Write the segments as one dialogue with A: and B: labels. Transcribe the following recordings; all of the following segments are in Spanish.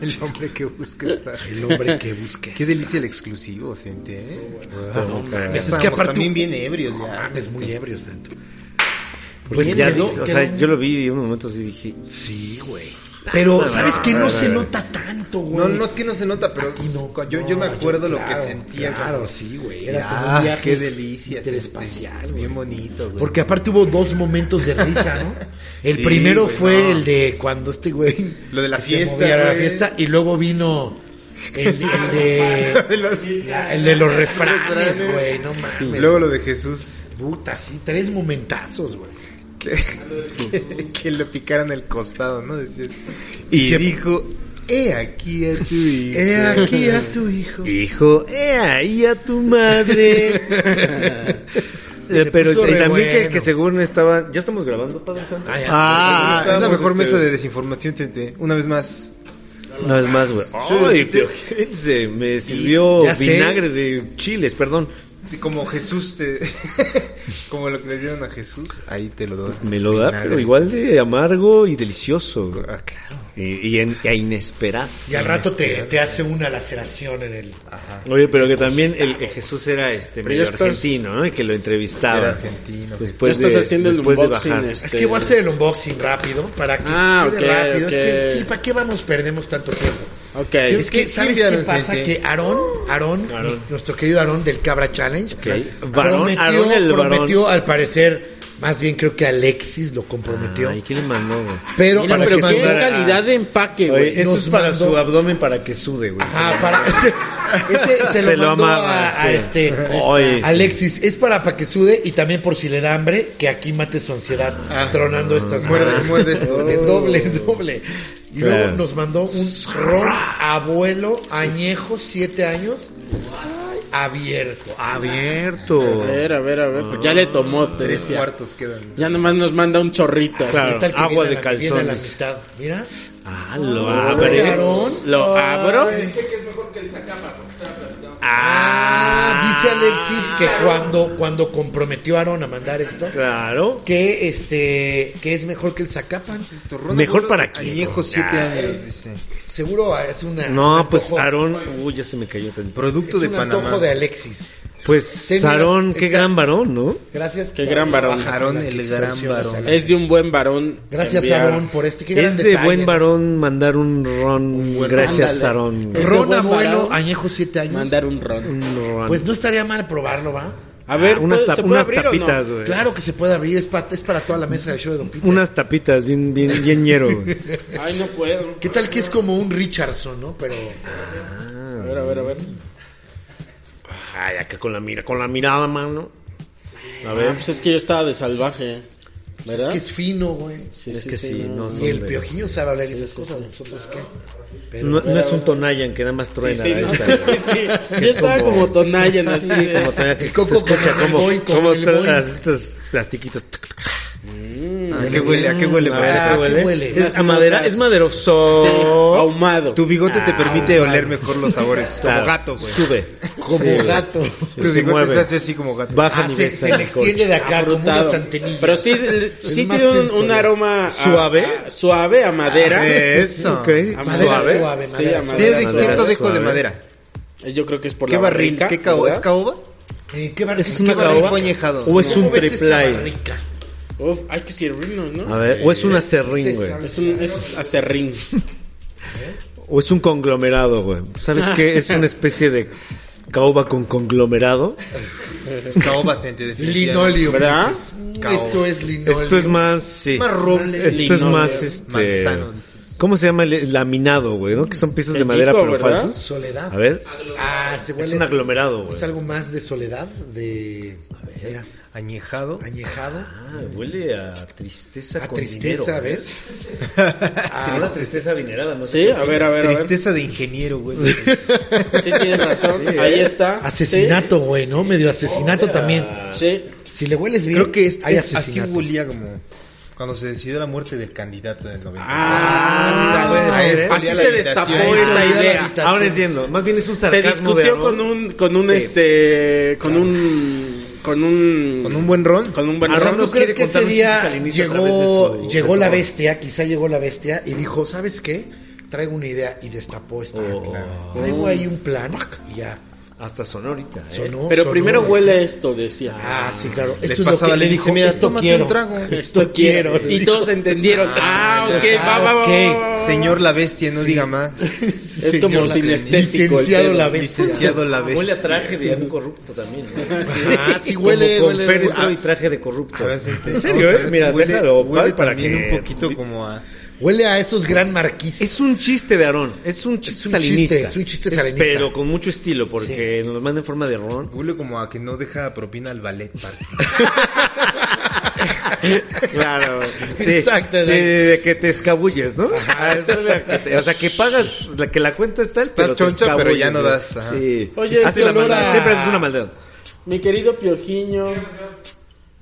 A: El hombre que busca está.
B: El hombre que busca.
A: Qué delicia el exclusivo, gente. ¿eh?
B: está, no mames.
A: Es que
B: Estábamos
A: aparte
B: también
A: también bien ebrios
B: No
A: ya.
B: mames, muy ebrios tanto.
C: Pues
B: Bien,
C: ya,
B: quedó-
C: o sea,
B: quedó-
C: yo lo vi y un momento así dije,
B: Sí, güey. Pero, ¿sabes qué? No se nota tanto,
A: No,
B: güey.
A: no es que no se nota, pero
B: Aquí no,
A: co- yo,
B: no,
A: yo me acuerdo lo
B: claro,
A: que sentía.
B: Claro,
A: cuando-
B: sí, güey. Era como
A: Ya,
B: un viaje
A: qué delicia.
B: interespacial, este, güey.
A: Bien bonito, güey.
B: Porque aparte hubo dos momentos de risa, ¿no? El
A: Sí,
B: primero
A: güey,
B: fue
A: no.
B: el de cuando este güey.
A: Lo de la
B: se
A: fiesta,
B: movía a la
A: güey.
B: fiesta. Y luego vino el, el de.
A: Los-
B: el de los refranes, güey. No mames.
A: Luego lo de Jesús.
B: Puta, sí, tres momentazos, güey.
A: Que, que, que le picaran el costado, ¿no? Decía- Y
B: se-
A: dijo, he aquí a tu hijo.
B: He aquí a tu hijo.
C: hijo, eh, ahí a tu madre. Eh, Pero y
B: puso re
C: también que,
B: bueno.
C: que según estaban, ya estamos grabando, Padre Santo.
B: Ah, ya.
A: Ah, es la
C: Estábamos,
A: mejor mesa
C: este,
A: de desinformación, Tente. Una vez más.
C: No es más, güey. Ay, fíjense, me sirvió
B: ya sé.
C: vinagre de chiles, perdón.
A: Como Jesús te... como lo que le dieron a Jesús, ahí te lo doy.
C: Me lo da,
A: Vinagre.
C: pero igual de amargo y delicioso. güey.
A: Ah, claro.
C: Y, y en- e inesperado.
B: Y al rato te, te hace una laceración en el.
C: Oye, pero que también el, el Jesús era este
D: Pero ya
C: medio
D: estás-
C: argentino, ¿no? Y que lo entrevistaba.
A: Era argentino,
C: Después
D: Ya
C: Pues de,
D: estás haciendo el
C: después de
D: unboxing,
C: bajar.
D: este.
B: Es que voy a hacer el unboxing rápido para que
D: Ah,
B: quede
D: ok,
B: rápido. Es
D: ok.
B: que sí, ¿para qué vamos perdemos tanto tiempo?
D: Ok.
B: Es que,
A: Sí,
B: ¿sabes
A: sí,
B: qué
A: obviamente.
B: pasa? Que Aarón, Aarón,
C: Aarón.
B: nuestro querido Aarón del Cabra Challenge,
C: Ok. Varón,
B: prometió,
C: Aarón el varón.
B: prometió al parecer, más bien creo que Alexis lo comprometió,
C: Ay, ¿quién le mandó, güey?
B: pero
D: Mira,
B: para
D: pero
B: que
D: qué
B: mandara-
D: calidad de empaque,
C: Oye,
D: güey.
C: esto
B: nos
C: es para
B: mandó-
C: su abdomen para que sude, güey.
B: Ajá, para ese, ese se lo,
C: Se lo
B: mandó
C: amarra,
B: a,
C: sí.
B: a este
C: Oye, sí.
B: Alexis, es para pa' que sude y también por si le da hambre, que aquí mate su ansiedad tronando estas
A: Muerde,
B: muerdas.
A: Ah. muerde esto.
B: Es doble, es doble. Y luego
C: Claro.
B: nos mandó un ron abuelo añejo, siete años, abierto.
C: Abierto.
D: A ver, a ver, a ver. Pues ya le tomó, te
A: Tres
D: decía.
A: cuartos quedan.
D: Ya nomás nos manda un chorrito. así.
C: Claro.
B: que
C: agua
B: viene
C: de
B: a la- viene a la
C: calzones.
B: mitad, Mira,
C: Ah, lo abres.
B: Aarón.
C: Lo abro.
B: Ah,
C: Ah,
B: dice Alexis que cuando, cuando comprometió a Aaron a mandar esto,
C: Claro.
B: que este que es mejor que el Zacapan.
C: Mejor para quién,
A: Añejo
C: güey.
A: siete
C: Ah.
A: años, dice.
B: Seguro ah, es una
C: No,
B: un
C: pues
B: antojo-
C: Aarón. Uy, ya se me cayó tan
B: es
A: Producto
B: un
A: de Panamá.
B: antojo de Alexis. Ten
C: Pues
B: mira,
C: Aarón, qué
B: está-
C: gran varón, ¿no?
B: Gracias.
D: Qué gran varón.
A: Aarón, el gran varón.
D: Es de un buen varón.
B: Gracias
D: enviar.
B: Aarón por este qué gran
C: Es de
B: detalle.
C: buen varón mandar un ron. Gracias,
D: Ándale.
C: Aarón.
D: Es de
B: Ron
D: buen
B: abuelo,
D: varón.
B: añejo 7 años.
D: Mandar un ron.
C: Un ron.
B: Pues no estaría mal probarlo, ¿va?
C: a ver, unas,
D: ¿puedo-
C: tap-
D: se puede
C: unas
D: abrir o no?
C: tapitas, güey.
B: Claro que se puede abrir, es para, es para toda la mesa del show de Don Peter.
C: Unas tapitas, bien, bien, bien ñero, güey.
D: Ay, no puedo.
B: ¿Qué tal que es como un Richardson, no? Pero
D: A ver, a ver, a ver.
C: Ay, acá con la mira, con la mirada, mano.
D: A ver, pues es que yo estaba de salvaje.
B: pues, es
D: ¿Verdad?
B: que es fino, güey.
C: es que sí, no,
B: y
C: son
B: el
C: de-
B: piojillo sabe hablar esas cosas, nosotros qué. Pero
C: no, no es un Tonayan que nada más truena.
D: Sí, sí, no,
C: ahí
D: sí,
C: está.
D: sí, sí.
C: Que
D: Yo estaba
C: como-
D: como Tonayan así. de-
C: Como Tonayan que
B: El coco
C: se escucha
B: como el
C: como,
B: boing, como
C: como
B: el
C: tra-
B: boing.
C: las- estos plastiquitos.
A: ¿A qué huele? ¿A qué huele?
C: A ver, ¿a Ah, qué
B: ¿qué
C: huele?
B: huele?
C: Es, a madera, es maderoso.
D: Sí, ahumado.
A: Tu bigote te permite oler mejor los sabores. Como
C: Ah, Claro.
A: gato, güey.
C: Sube.
B: como gato.
A: Tu
C: Se
A: bigote
C: mueve.
A: se hace así como gato.
C: Baja
B: Ah, se,
C: nivel
B: se le
C: alcohol.
B: extiende de acá como
D: Frutado.
B: unas antenillas.
D: Pero sí, sí
B: más
D: tiene un,
B: sensorial.
D: un aroma a-
C: ¿Suave?
D: a- suave a madera.
A: Eso.
C: Ok.
D: a
B: madera
D: madera.
B: suave, madera
D: Sí, a
B: suave.
A: Tiene
D: madera
C: Madera,
A: cierto dejo de
C: suave.
A: madera.
D: suave. Yo creo que es por
A: ¿Qué
D: la
A: barril?
D: barrica.
A: ¿Qué caoba?
D: ¿verdad?
A: ¿Es caoba?
B: Eh, ¿Qué barrica?
C: ¿Es una
B: ¿Qué barrica?
C: caoba?
A: fue añejado.
C: ¿O es un
B: ¿Cómo ves esa
C: triple
B: barrica?
D: Uf, hay que servirnos,
C: A?
D: ¿no?
C: A ver, o es un acerrín, güey.
D: Es un es acerrín.
C: O es un conglomerado, güey. ¿Sabes qué? Es una especie de caoba con conglomerado.
A: Es caoba, gente. definitivamente.
B: Linoleo.
D: ¿Verdad?
B: Esto es linoleo.
C: Esto es más, sí.
A: Más roble.
C: Esto es
D: Linoleo.
C: más, este...
A: Manzano, dices.
C: ¿Cómo se llama el- el laminado, güey? ¿No? Que son piezas de madera
D: Pepito,
C: pero
D: ¿verdad?
C: falsos.
B: Soledad.
C: A ver.
B: Ah, se
C: Es
B: huele.
C: un aglomerado, güey.
B: Es algo más de soledad, de. Mira,
A: Añejado.
B: añejado.
C: Ah, huele a tristeza
B: a
C: con
B: tristeza,
C: dinero, güey.
B: ¿ves?
C: Ah, una tristeza adinerada, no sé.
D: Sí, a ver, a ver, a ver.
A: Tristeza de ingeniero, güey.
D: Sí, tienes razón. Ahí está.
B: Asesinato, güey, ¿no? Medio
C: Oh,
B: asesinato también.
D: Sí. sí.
B: Si le hueles bien,
A: Creo que es,
B: hay
A: es- así
B: asesinato.
A: volía como cuando se decidió la muerte del candidato en el 90.
D: Ah,
A: puede
D: ándale.
A: ser, ¿eh?
D: así
A: Olía
D: se
A: la
D: destapó
A: habitación.
B: Olía
D: esa
B: la
D: idea.
B: habitación.
C: Ahora entiendo. Más bien es un
D: Se
C: sarcasmo de
D: discutió
C: amor.
D: con un, con un
C: Sí.
D: este, con un, con un,
A: Con un buen ron.
D: con un buen
C: Ah,
B: O sea,
C: Ron
D: ron.
B: ¿tú
C: nos
B: crees
C: quiere
B: que
C: contar
B: ese
C: un
B: día
C: chiste al inicio a través de
B: llegó,
C: su-
B: llegó
C: de su
B: la
C: voz?
B: bestia, quizá llegó la bestia y dijo, ¿sabes qué? Traigo una idea y destapó esta.
C: Oh,
B: Traigo ahí un plan y ya.
C: Hasta sonorita, ¿eh?
B: Sonó,
D: Pero
B: sonó
D: primero
B: este.
D: huele esto, decía.
B: Ah, sí, claro.
A: Les
B: Esto es lo
A: pasaba,
B: que
A: le
B: le
A: dice,
B: dijo,
A: "Mira,
B: esto
A: tómate
B: quiero.
A: un trago".
B: Esto quiero.
D: Y todos entendieron. Ah, ok,
B: ya,
D: va, va, va,
B: ok.
D: va, va, va.
A: Señor la bestia, no diga más.
D: Es como sinestésico el
B: Licenciado
D: pedo.
B: la bestia.
A: Licenciado la
C: Huele
A: bestia.
C: a traje de un corrupto también. ¿no?
B: Ah, sí huele,
C: Como
B: huele.
C: Con féretro
B: ah,
C: y traje de corrupto.
A: A ver, gente,
C: ¿En serio,
A: vamos a
C: eh?
A: ver,
C: Mira,
A: huele,
C: déjalo,
A: huele
C: para
A: también
C: que-
A: un poquito como a...
B: Huele a esos gran marquises.
C: Es un chiste de Aarón, es un chiste
B: un
C: salinista.
B: chiste, es un chiste salinista.
C: Pero con mucho estilo, porque nos manda en forma de Ron.
A: Huele como a que no deja propina al ballet party.
C: Claro, sí,
B: Exacto, exacto.
C: sí, de que te escabulles, ¿no? Ah, eso es la que te- o sea, que pagas, la que la cuenta está, pero te
A: choncha, pero ya
C: escabulles,
A: no
C: ¿no?
A: das, ajá.
C: Sí.
D: Oye,
C: haces
D: este
C: la
D: olor
C: maldad,
D: a-
C: siempre haces una maldad.
D: Mi querido Piojiño,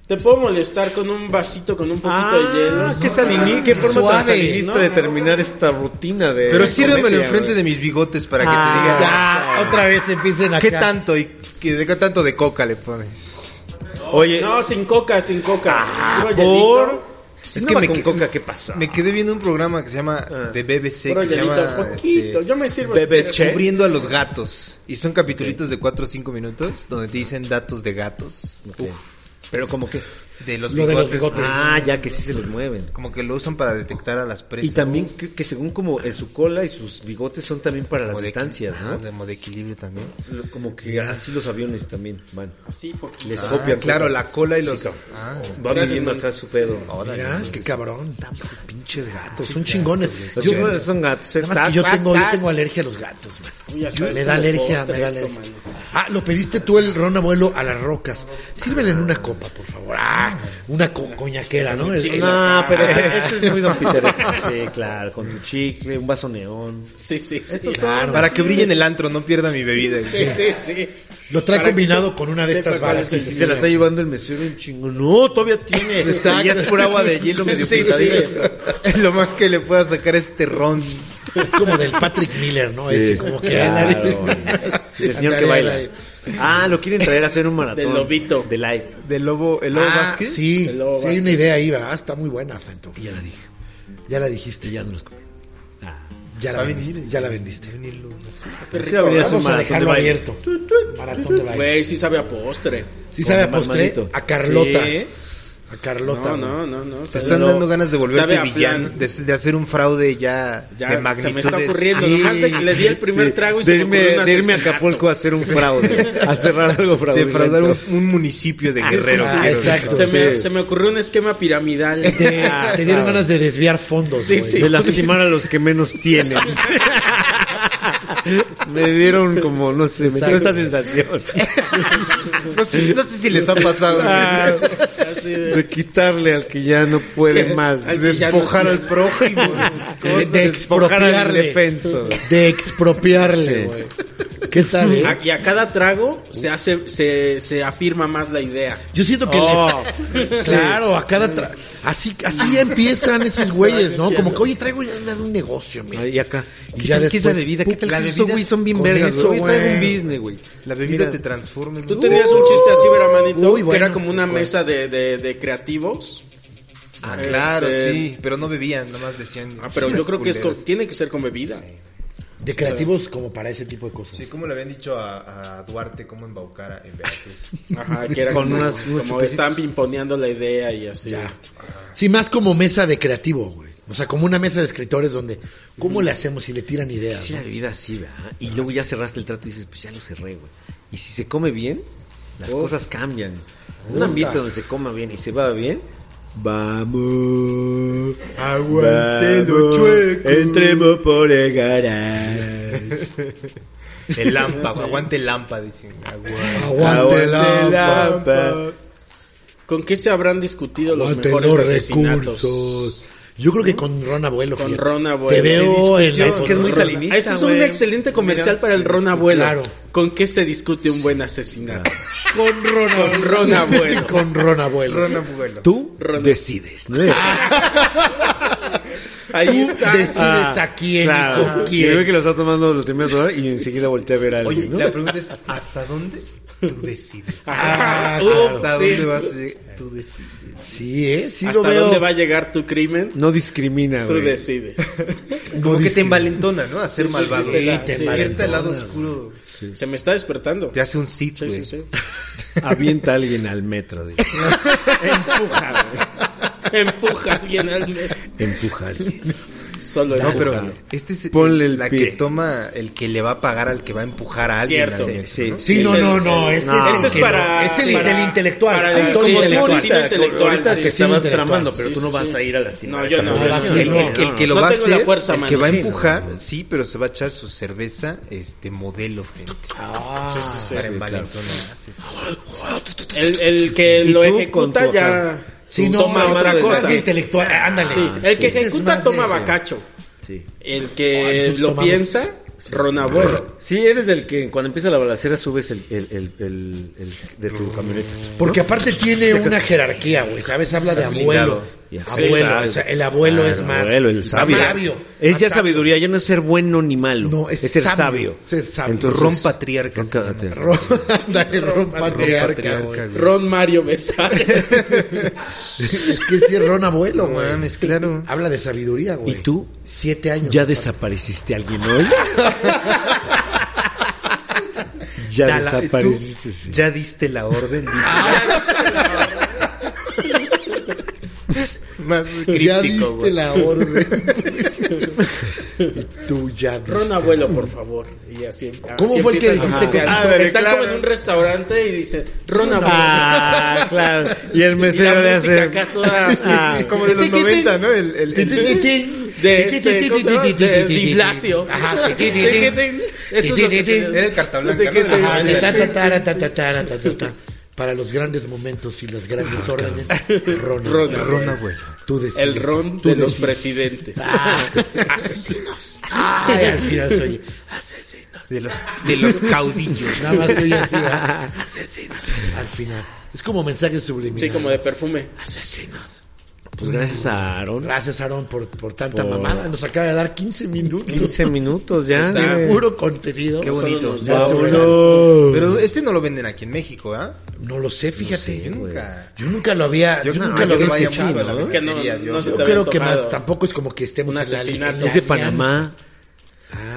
D: ¿te puedo molestar con un vasito con un poquito
C: Ah,
D: de hielo?
C: qué salini- qué forma
B: Suave,
C: tan salinista
D: ¿no?
C: de terminar esta rutina de
A: Pero sírvemelo
C: comedia,
A: enfrente
C: güey.
A: de mis bigotes para que te diga...
B: Ah, ah, otra vez empiecen acá.
A: ¿Qué tanto y qué, de qué tanto de coca le pones?
C: Oye,
D: No, sin coca, sin coca.
C: ah,
D: Puro
C: por
D: hielito,
C: Es
A: No
C: que
A: va
C: me Ah.
A: con
C: con coca, ¿qué pasa?
A: Me quedé viendo un programa que se llama de BBC
D: puro
A: que se
D: hielito,
A: llama
D: poquito.
A: este,
D: Yo me sirvo.
C: Bebés
D: si quieres. ¿eh?
C: che.
A: Descubriendo a los gatos y son capitulitos de 4 o 5 minutos donde te dicen datos de gatos. Uf,
C: Pero como que
A: de los
B: Lo de los
A: bigotes.
B: bigotes.
C: ah, ya que sí se les mueven.
A: Como que lo usan para detectar a las presas.
C: Y también que, que según como en su cola y sus bigotes son también para las distancias,
A: Ajá,
C: ¿no? Ah,
A: Como de equilibrio también.
C: Lo- Como que así los aviones también van.
D: Sí, poquito.
C: Les
A: Ah,
C: copian.
A: claro,
C: cosas.
A: la cola y los...
C: Sí, cabrón.
A: Ah,
C: Va
D: Gracias,
C: midiendo
D: man.
C: acá su pedo.
B: Mira, Ah, qué cabrón. Tan
A: pinches gatos.
B: gatos, son chingones.
C: Los
B: Yo-
C: chingones son gatos.
B: Nada más que yo tengo, yo tengo alergia a los gatos, man.
D: Uy, hasta es
B: me da
D: como
B: alergia,
D: postre
B: me da
D: esto,
B: alergia.
D: mano.
B: Ah, lo pediste tú el ron abuelo a las rocas. Sírvele en una copa, por favor. Ah, una co- coñaquera, ¿no? Es-
C: No, pero este, este es muy don Peteresco. Sí, claro, con un chicle, un vaso neón.
D: Sí, sí, sí.
A: Para que brille en el antro, no pierda mi bebida.
D: Sí, sí, sí.
B: Lo trae
D: Para que
B: combinado
D: se-
B: con una de
D: sepa
B: estas
D: cuál
B: varas.
D: es el
C: Y se la está llevando el mesero en chingón. No, todavía tiene.
B: Exacto.
C: Y es pura agua de hielo medio
D: Sí, sí.
C: pintadilla.
A: Lo más que le pueda sacar este ron.
B: Es como del Patrick Miller, ¿no? Ese, como que
C: Claro.
B: Sí,
C: El señor que
B: andaría
C: baila.
B: ahí.
C: Ah, lo quieren traer a hacer un maratón.
D: Del lobito.
C: De live.
A: Del lobo, el lobo
B: Ah,
A: Vázquez.
B: sí,
D: El lobo
B: sí hay una idea ahí, va. Ah, Está muy buena, Fento.
C: Ya la dije.
B: Ya la dijiste. Ya, la
C: Ah.
A: Va a
B: vendiste.
A: venir.
B: Ya la vendiste.
D: Qué
C: Sí, habría
D: rico,
C: sido
D: ¿no?
B: Vamos a
C: maratón de
B: dejarlo
C: baile.
B: abierto. Maratón de baile.
D: Güey, sí sabe a postre.
B: Sí
C: Con
B: sabe a
C: Batmanito.
B: postre. A Carlota.
D: Sí.
B: A Carlota.
D: No,
B: güey.
D: no, no, no.
A: Te están
D: Pero
A: dando ganas de
D: sabe
A: volverte
D: a
A: villano,
D: plan.
A: de, de hacer un fraude ya,
D: Ya,
A: de
D: se me
A: magnitud.
D: está ocurriendo. Nomás de que le di el primer trago y
C: de
D: se me
C: irme,
D: ocurrió un
C: de irme a
D: asesinato.
C: Acapulco a hacer un fraude, a cerrar algo
A: de
C: fraudulento.
A: defraudar un, un municipio de Guerrero.
B: Ah, sí,
A: quiero decir.
B: exacto.
D: Se me,
C: Sí.
D: se me ocurrió un esquema piramidal.
B: Te, te
C: Ah.
B: dieron ganas de desviar fondos,
D: Sí,
B: güey.
D: sí.
C: De lastimar a los que menos tienen. me dieron como, no sé, me dio esta sensación
A: No sé, no sé si les ha pasado.
C: Ah,
D: Así de-
C: de quitarle al que ya no puede más,
D: Al que ya no
C: despojar al
D: tiene.
C: prójimo,
B: De, de
C: despojar al
B: expropiarle.
C: defenso.
B: De expropiarle,
C: Sí.
B: güey. ¿Qué tal, eh?
D: A- Y a cada trago se hace, se, se afirma más la idea.
B: Yo siento que
C: Oh.
B: les- Claro, a cada... tra- Así, así ya empiezan esos güeyes, ¿no? Como que, oye, traigo ya un negocio, mira.
C: Y acá,
B: Y
C: ¿qué
B: ya
C: tal que es la
B: después,
C: bebida? ¿Qué
B: puta,
C: tal
B: la
C: que esos
B: bebida
C: güey son bien
B: con
C: vergas?
B: eso,
C: güey, traigo un
B: güey.
C: business, güey.
A: La bebida
C: Mira.
A: te transforma. en-
D: Tú tenías un chiste así, Veramanito,
B: Uy,
D: que
B: bueno.
D: era como una mesa de, de, de creativos.
A: Ah, claro,
D: Este-
A: sí. Pero no bebían, nomás decían.
D: Ah, pero yo
A: unas
D: creo que es con-
A: culeras.
D: tiene que ser con bebida.
B: De creativos como para ese tipo de cosas.
A: Sí, como le habían dicho a, a Duarte cómo embaucar a- en Veracruz.
D: Ajá, que era
C: Con
D: como,
C: unas- unos
D: como
C: chupecitos.
D: están pimponeando la idea y así.
B: Ya. Sí, más como mesa de creativo, güey. O sea, como una mesa de escritores donde, ¿cómo le hacemos si le tiran ideas?
C: Sí, la
B: no?
C: bebida así, ¿verdad? Y luego ya cerraste el trato y dices, pues ya lo cerré, güey. Y si se come bien, las cosas cambian. Un ambiente donde se coma bien y se va bien, Vamos.
B: Aguante lo
C: vamos,
B: chueco.
C: Entremos por el garage.
A: El Lampa, aguante el Lampa, dicen. Aguante.
B: Aguante
C: Aguante
B: la
C: la pa-
D: ¿Con qué se habrán discutido los
B: Aguante
D: mejores
B: los
D: asesinatos?
B: recursos. Yo creo que con Ron Abuelo.
D: Con
B: fíjate.
D: Ron Abuelo.
B: Te veo
D: Se
B: en la
D: discutió.
A: Es que es muy
B: época.
D: Ron-
A: salinista,
D: Ese es un
A: güey.
D: excelente comercial
A: Mira,
D: para el
A: se
D: Ron
A: discute,
D: Abuelo.
B: claro.
D: ¿Con qué se discute un buen asesinato?
B: Con Ron Abuelo.
D: Con
B: Con Ron
D: Ron Abuelo.
B: Abuelo.
A: Ron Abuelo.
C: Tú
D: Ronald.
C: decides, ¿no? Ah,
D: Ahí está.
B: decides a quién y con quién.
C: Yo ah, creo que lo está tomando los primeros dólares y enseguida volteé a ver a
A: Oye,
C: alguien, ¿no?
A: la pregunta es, ¿hasta dónde tú decides?
D: Ah,
B: Ah,
D: uh,
A: ¿Hasta
D: sí.
A: dónde vas a llegar? Tú decides.
B: Sí, ¿eh? Sí
D: ¿Hasta
B: lo veo.
D: dónde va a llegar tu crimen?
C: No discrimina,
D: Tú
C: güey.
D: decides.
B: No
A: Como que te
B: discrimina.
A: envalentona, ¿no? A ser
D: Sí, sí,
A: malvado.
D: sí, te
A: te
B: envalentona,
A: al lado oscuro.
D: Se me está despertando.
A: Te hace un sit,
D: Sí,
A: güey.
D: sí, sí.
C: Avienta a alguien al metro, dice. Empuja, güey.
D: Empuja a alguien al medio.
C: Empuja a alguien.
D: Solo
A: No,
D: empuja.
A: pero este es
C: Ponle el
A: la
C: pie.
A: que toma el que le va a pagar al que va a empujar a alguien.
D: Cierto.
A: a alguien,
C: Sí,
A: ¿no?
B: Sí, no,
D: Es
B: no,
D: el-
B: no. Este,
C: no,
B: es el
D: Este es
B: que no.
D: para...
B: Es el
D: para-
B: del intelectual.
D: Para
B: Actor
D: como
B: intelectual.
D: asesino intelectual.
C: ahorita
D: sí.
C: se
B: asesino
C: estabas
B: intelectual.
C: tramando, pero
D: Sí,
C: tú no
D: sí,
C: vas
D: sí.
C: a ir a lastimar.
D: No,
C: a
D: yo
C: esta
D: no,
C: mujer.
D: gracias.
A: El, el- el- el que lo
D: No
A: va a
D: tengo la
A: hacer,
D: fuerza,
A: el
D: mano.
A: que va a
D: Sí,
A: empujar, sí, pero se va a echar su cerveza, este, modelo frente.
D: Ah, Sí, sí, sí.
A: para envalentonarse.
D: El, el que
C: Y
D: lo
C: tú
D: ejecuta
C: con tu-
D: ya
B: Sí, no,
D: toma
B: este
D: otra
B: es más
D: cosa.
B: de intelectual. Ah, Ándale.
D: Sí, el que
B: Este es
D: ejecuta
B: más
D: toma
B: de-
D: bacacho.
C: Sí.
D: El
B: Ah,
D: que
B: esos
D: lo
B: tomamos.
D: piensa, Ronabuelo.
C: Sí, eres del que cuando empieza la balacera subes el, el, el, el, el de tu camioneta.
B: Porque aparte tiene una jerarquía, güey, ¿sabes? Habla de abuelo.
A: blindado.
C: Ya.
B: Abuelo, o sea, el abuelo
C: Claro,
B: es más
C: abuelo, el
B: más
C: sabio. Es
B: más
C: ya
B: sabio.
C: sabiduría, ya no es ser bueno ni malo.
B: No, es
C: ser
B: sabio,
C: sabio.
B: ser sabio.
A: Ron patriarca.
C: Ron patriarca.
B: Ron- Ándale, Ron patriarca,
A: patriarca,
B: güey.
A: güey.
D: Ron Mario Besares.
B: Es que sí es Ron abuelo,
A: No
B: güey.
A: mames, claro.
B: Habla de sabiduría, güey.
C: ¿Y tú?
B: Siete años.
C: ¿Ya desapareciste a alguien hoy? ya
A: Da la-
C: desapareciste,
A: tú
C: sí.
A: Ya diste la orden. diste-
D: Ah,
A: Más críptico,
B: ya diste
A: güey.
B: la orden. y tú ya diste.
D: Ron Abuelo, por favor. Y así,
B: Este, ¿Cómo fue el que dijiste que-
D: Están
B: Ah, dale,
D: como en un restaurante y dice Ron Abuelo.
C: Ah, claro. Y el mesero
D: Y
C: le
D: la música
C: hace...
D: acá toda-
C: Ah,
A: Como de los 90, ¿no? El, el-
B: Tin,
A: el-
B: tin, tin, tin.
D: De
B: Tin,
D: este,
B: tin,
D: ¿cómo
B: tin,
D: se llama?
B: tin, tin,
D: De
B: tin, tin,
D: Di
B: tin.
D: Blasio.
B: Ajá. tin, tin, tin.
D: Eso es lo que se-
A: Era el carta blanca,
D: ¿De qué
A: ¿no?
D: te-
B: Ajá, Ah, de ta, ta, tara, ta, ta, tara, ta, ta, ta. Para los grandes momentos y las grandes órdenes, Ron,
D: Ron
B: abuelo.
A: Ron abuelo.
B: Tú decides.
D: El ron
B: tú
D: de los
B: decides.
D: presidentes. Ah, Asesinos.
B: Ay, al final soy.
A: De los, de los caudillos.
B: Nada más soy así. ¿verdad? Al final. Es como mensaje subliminal.
D: Sí, como de perfume.
C: Pues gracias a Aaron.
B: Gracias, Aaron, por, por tanta
C: Por-
B: mamada. Nos acaba de dar 15 minutos.
C: 15 minutos ya.
B: Está
C: de-
B: puro contenido.
A: Qué bonito.
D: Solo
B: Ya se
C: Vámonos.
A: Pero este no lo venden aquí en México, ¿ah?
B: No lo sé, fíjate.
A: Yo nunca.
B: Yo nunca lo había, Ah, yo,
A: no,
B: nunca lo
A: yo
B: había
A: vaya
B: escuchado.
A: mucho a la
B: ¿no?
D: Es que no-
A: verdulería,
D: no
A: yo-
D: se
B: Yo
D: te había
B: creo que
D: antojado.
B: más, tampoco es como que estemos
D: Un
B: en la-
D: asesinato.
B: en la
C: Es de
B: alianza.
C: Panamá.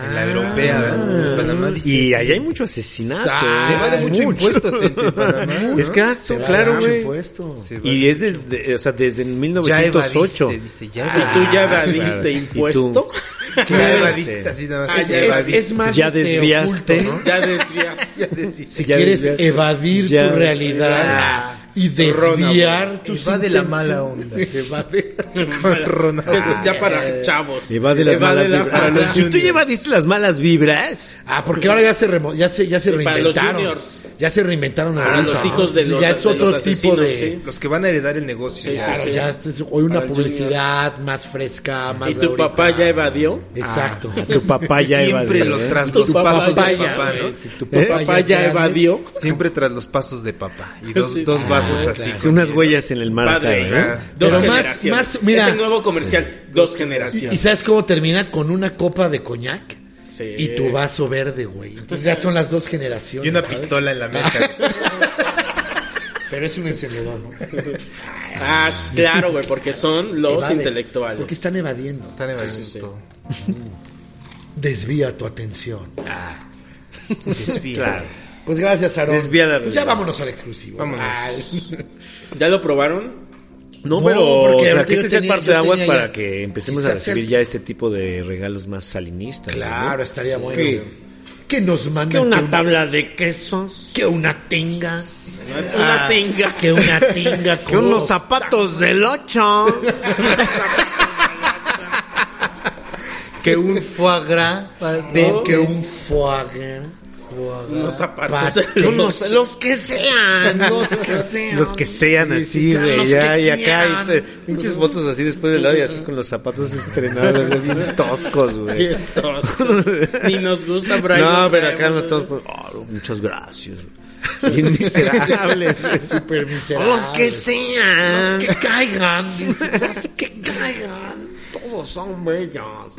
A: En la europea, ¿verdad? En Panamá dice-
C: Ah. Y allá hay mucho asesinato. ¿eh?
B: Ah,
A: Se va de mucho, impuesto en- en Panamá, ¿no?
C: Es que, ah,
B: Se va
C: claro,
B: a dar
C: güey.
B: impuesto.
A: Se va-
C: Y es de, de- o sea, desde el
A: Ya
C: 1908.
A: evadiste, dice, ya
D: Y Ah, tú ya
C: claro.
D: evadiste
C: ¿Y tú?
D: impuesto.
A: Ya evadiste, así nada más.
D: Ah,
B: Es,
D: ya
A: Ya
B: es-
A: evadiste.
B: es más.
C: Ya
B: este,
C: desviaste.
B: oculto, ¿no?
D: Ya desvías.
A: Ya deciste.
B: Si
C: Ya
B: quieres
C: desviaste.
B: evadir
C: Ya.
B: tu realidad y desviar tu
A: Evade la mala onda.
D: Eso es Pues ya para chavos.
C: Y va de las
D: Eva
C: malas
D: de la-
C: vibras.
D: para los
C: ¿Y tú ya evadiste las malas vibras?
B: Ah, porque ahora ya se, remo- ya se, ya se
D: para los
B: reinventaron.
D: juniors.
B: ya se reinventaron
D: Para
B: ahorita,
D: los
B: ¿no?
D: hijos de los-
B: Ya es
D: de
B: otro
D: los
B: tipo
D: asesinos,
B: de.
D: sí.
A: Los que van a heredar el negocio.
D: Sí,
A: ya.
B: Claro,
D: sí.
B: ya este es hoy una
D: Para el
B: publicidad más fresca, más.
D: ¿Y
B: de
D: tu
B: ahorita.
D: papá ya evadió?
B: Exacto.
C: A Ah. tu papá ya
A: Siempre
C: evadió.
A: los
C: ¿eh?
A: tras
D: Tu
A: los pasos
D: papá
A: de
D: ya,
A: papá, ¿no?
D: güey.
B: Eh, Tu
D: ¿Tu
B: papá
D: papá
B: es
D: ya
B: grande.
D: evadió?
A: Siempre tras los pasos de papá. Y dos,
D: Sí, sí.
A: dos vasos así.
C: Sí,
A: con-
C: unas huellas en el mar.
D: Padre,
C: acá, ¿eh?
D: hija. dos
B: Pero más-
D: generaciones.
B: más, mira.
D: es el nuevo comercial, dos
B: ¿Y, y
D: generaciones.
B: sabes cómo termina? Con una copa de coñac
D: Sí.
B: y tu vaso verde, güey. Entonces ya son las dos generaciones.
A: Y una
B: ¿sabes?
A: pistola en la mesa.
B: Pero es un encendedor, ¿no?
D: Ah, claro, güey, porque son los
B: Evade.
D: intelectuales.
B: Porque están evadiendo.
A: Están evadiendo
D: Sí, sí, sí.
A: todo.
B: Desvía tu atención.
A: Desvía.
B: Ah, Pues gracias, Aaron.
C: Desvía la
B: Pues ya
C: realidad.
B: vámonos al exclusivo. Ah,
A: Vámonos.
D: ¿Ya lo probaron?
C: No,
B: No,
C: pero
B: porque
C: o sea,
B: ahorita
C: que
B: yo
C: este sea el
B: tenía-
C: parte
B: yo
C: de aguas
B: tenía ya-
C: para que empecemos a
B: Quizás
C: recibir
B: el-
C: ya este tipo de regalos más salinistas. ¿no?
B: Claro, estaría bueno.
C: Que,
B: que nos manda
C: Que una tabla de quesos. ah,
B: que una tinga,
D: Una tenga.
B: que una tinga,
C: Que unos zapatos del ocho.
A: Que un foie gras.
B: de- que un foie gras, Ah,
D: Unos
B: pa-
D: zapatos.
B: que unos-
C: los que sean.
B: los que sean.
C: Los que sean
B: Sí,
C: así,
B: sí,
C: güey,
B: los
C: ya,
B: que
C: y acá,
B: quieran.
C: y te- pinches fotos así después del lado y así con los zapatos estrenados, así bien toscos, güey.
D: Bien toscos. Ni nos gusta, pero ahí
C: No,
D: los
C: pero
D: traemos,
C: acá nos
D: güey.
C: estamos poniendo, "Oh, muchas gracias. Bien miserables, güey.
B: Súper miserables.
C: Los que sean.
B: Los que caigan, dice, los que caigan. Todos son bellos.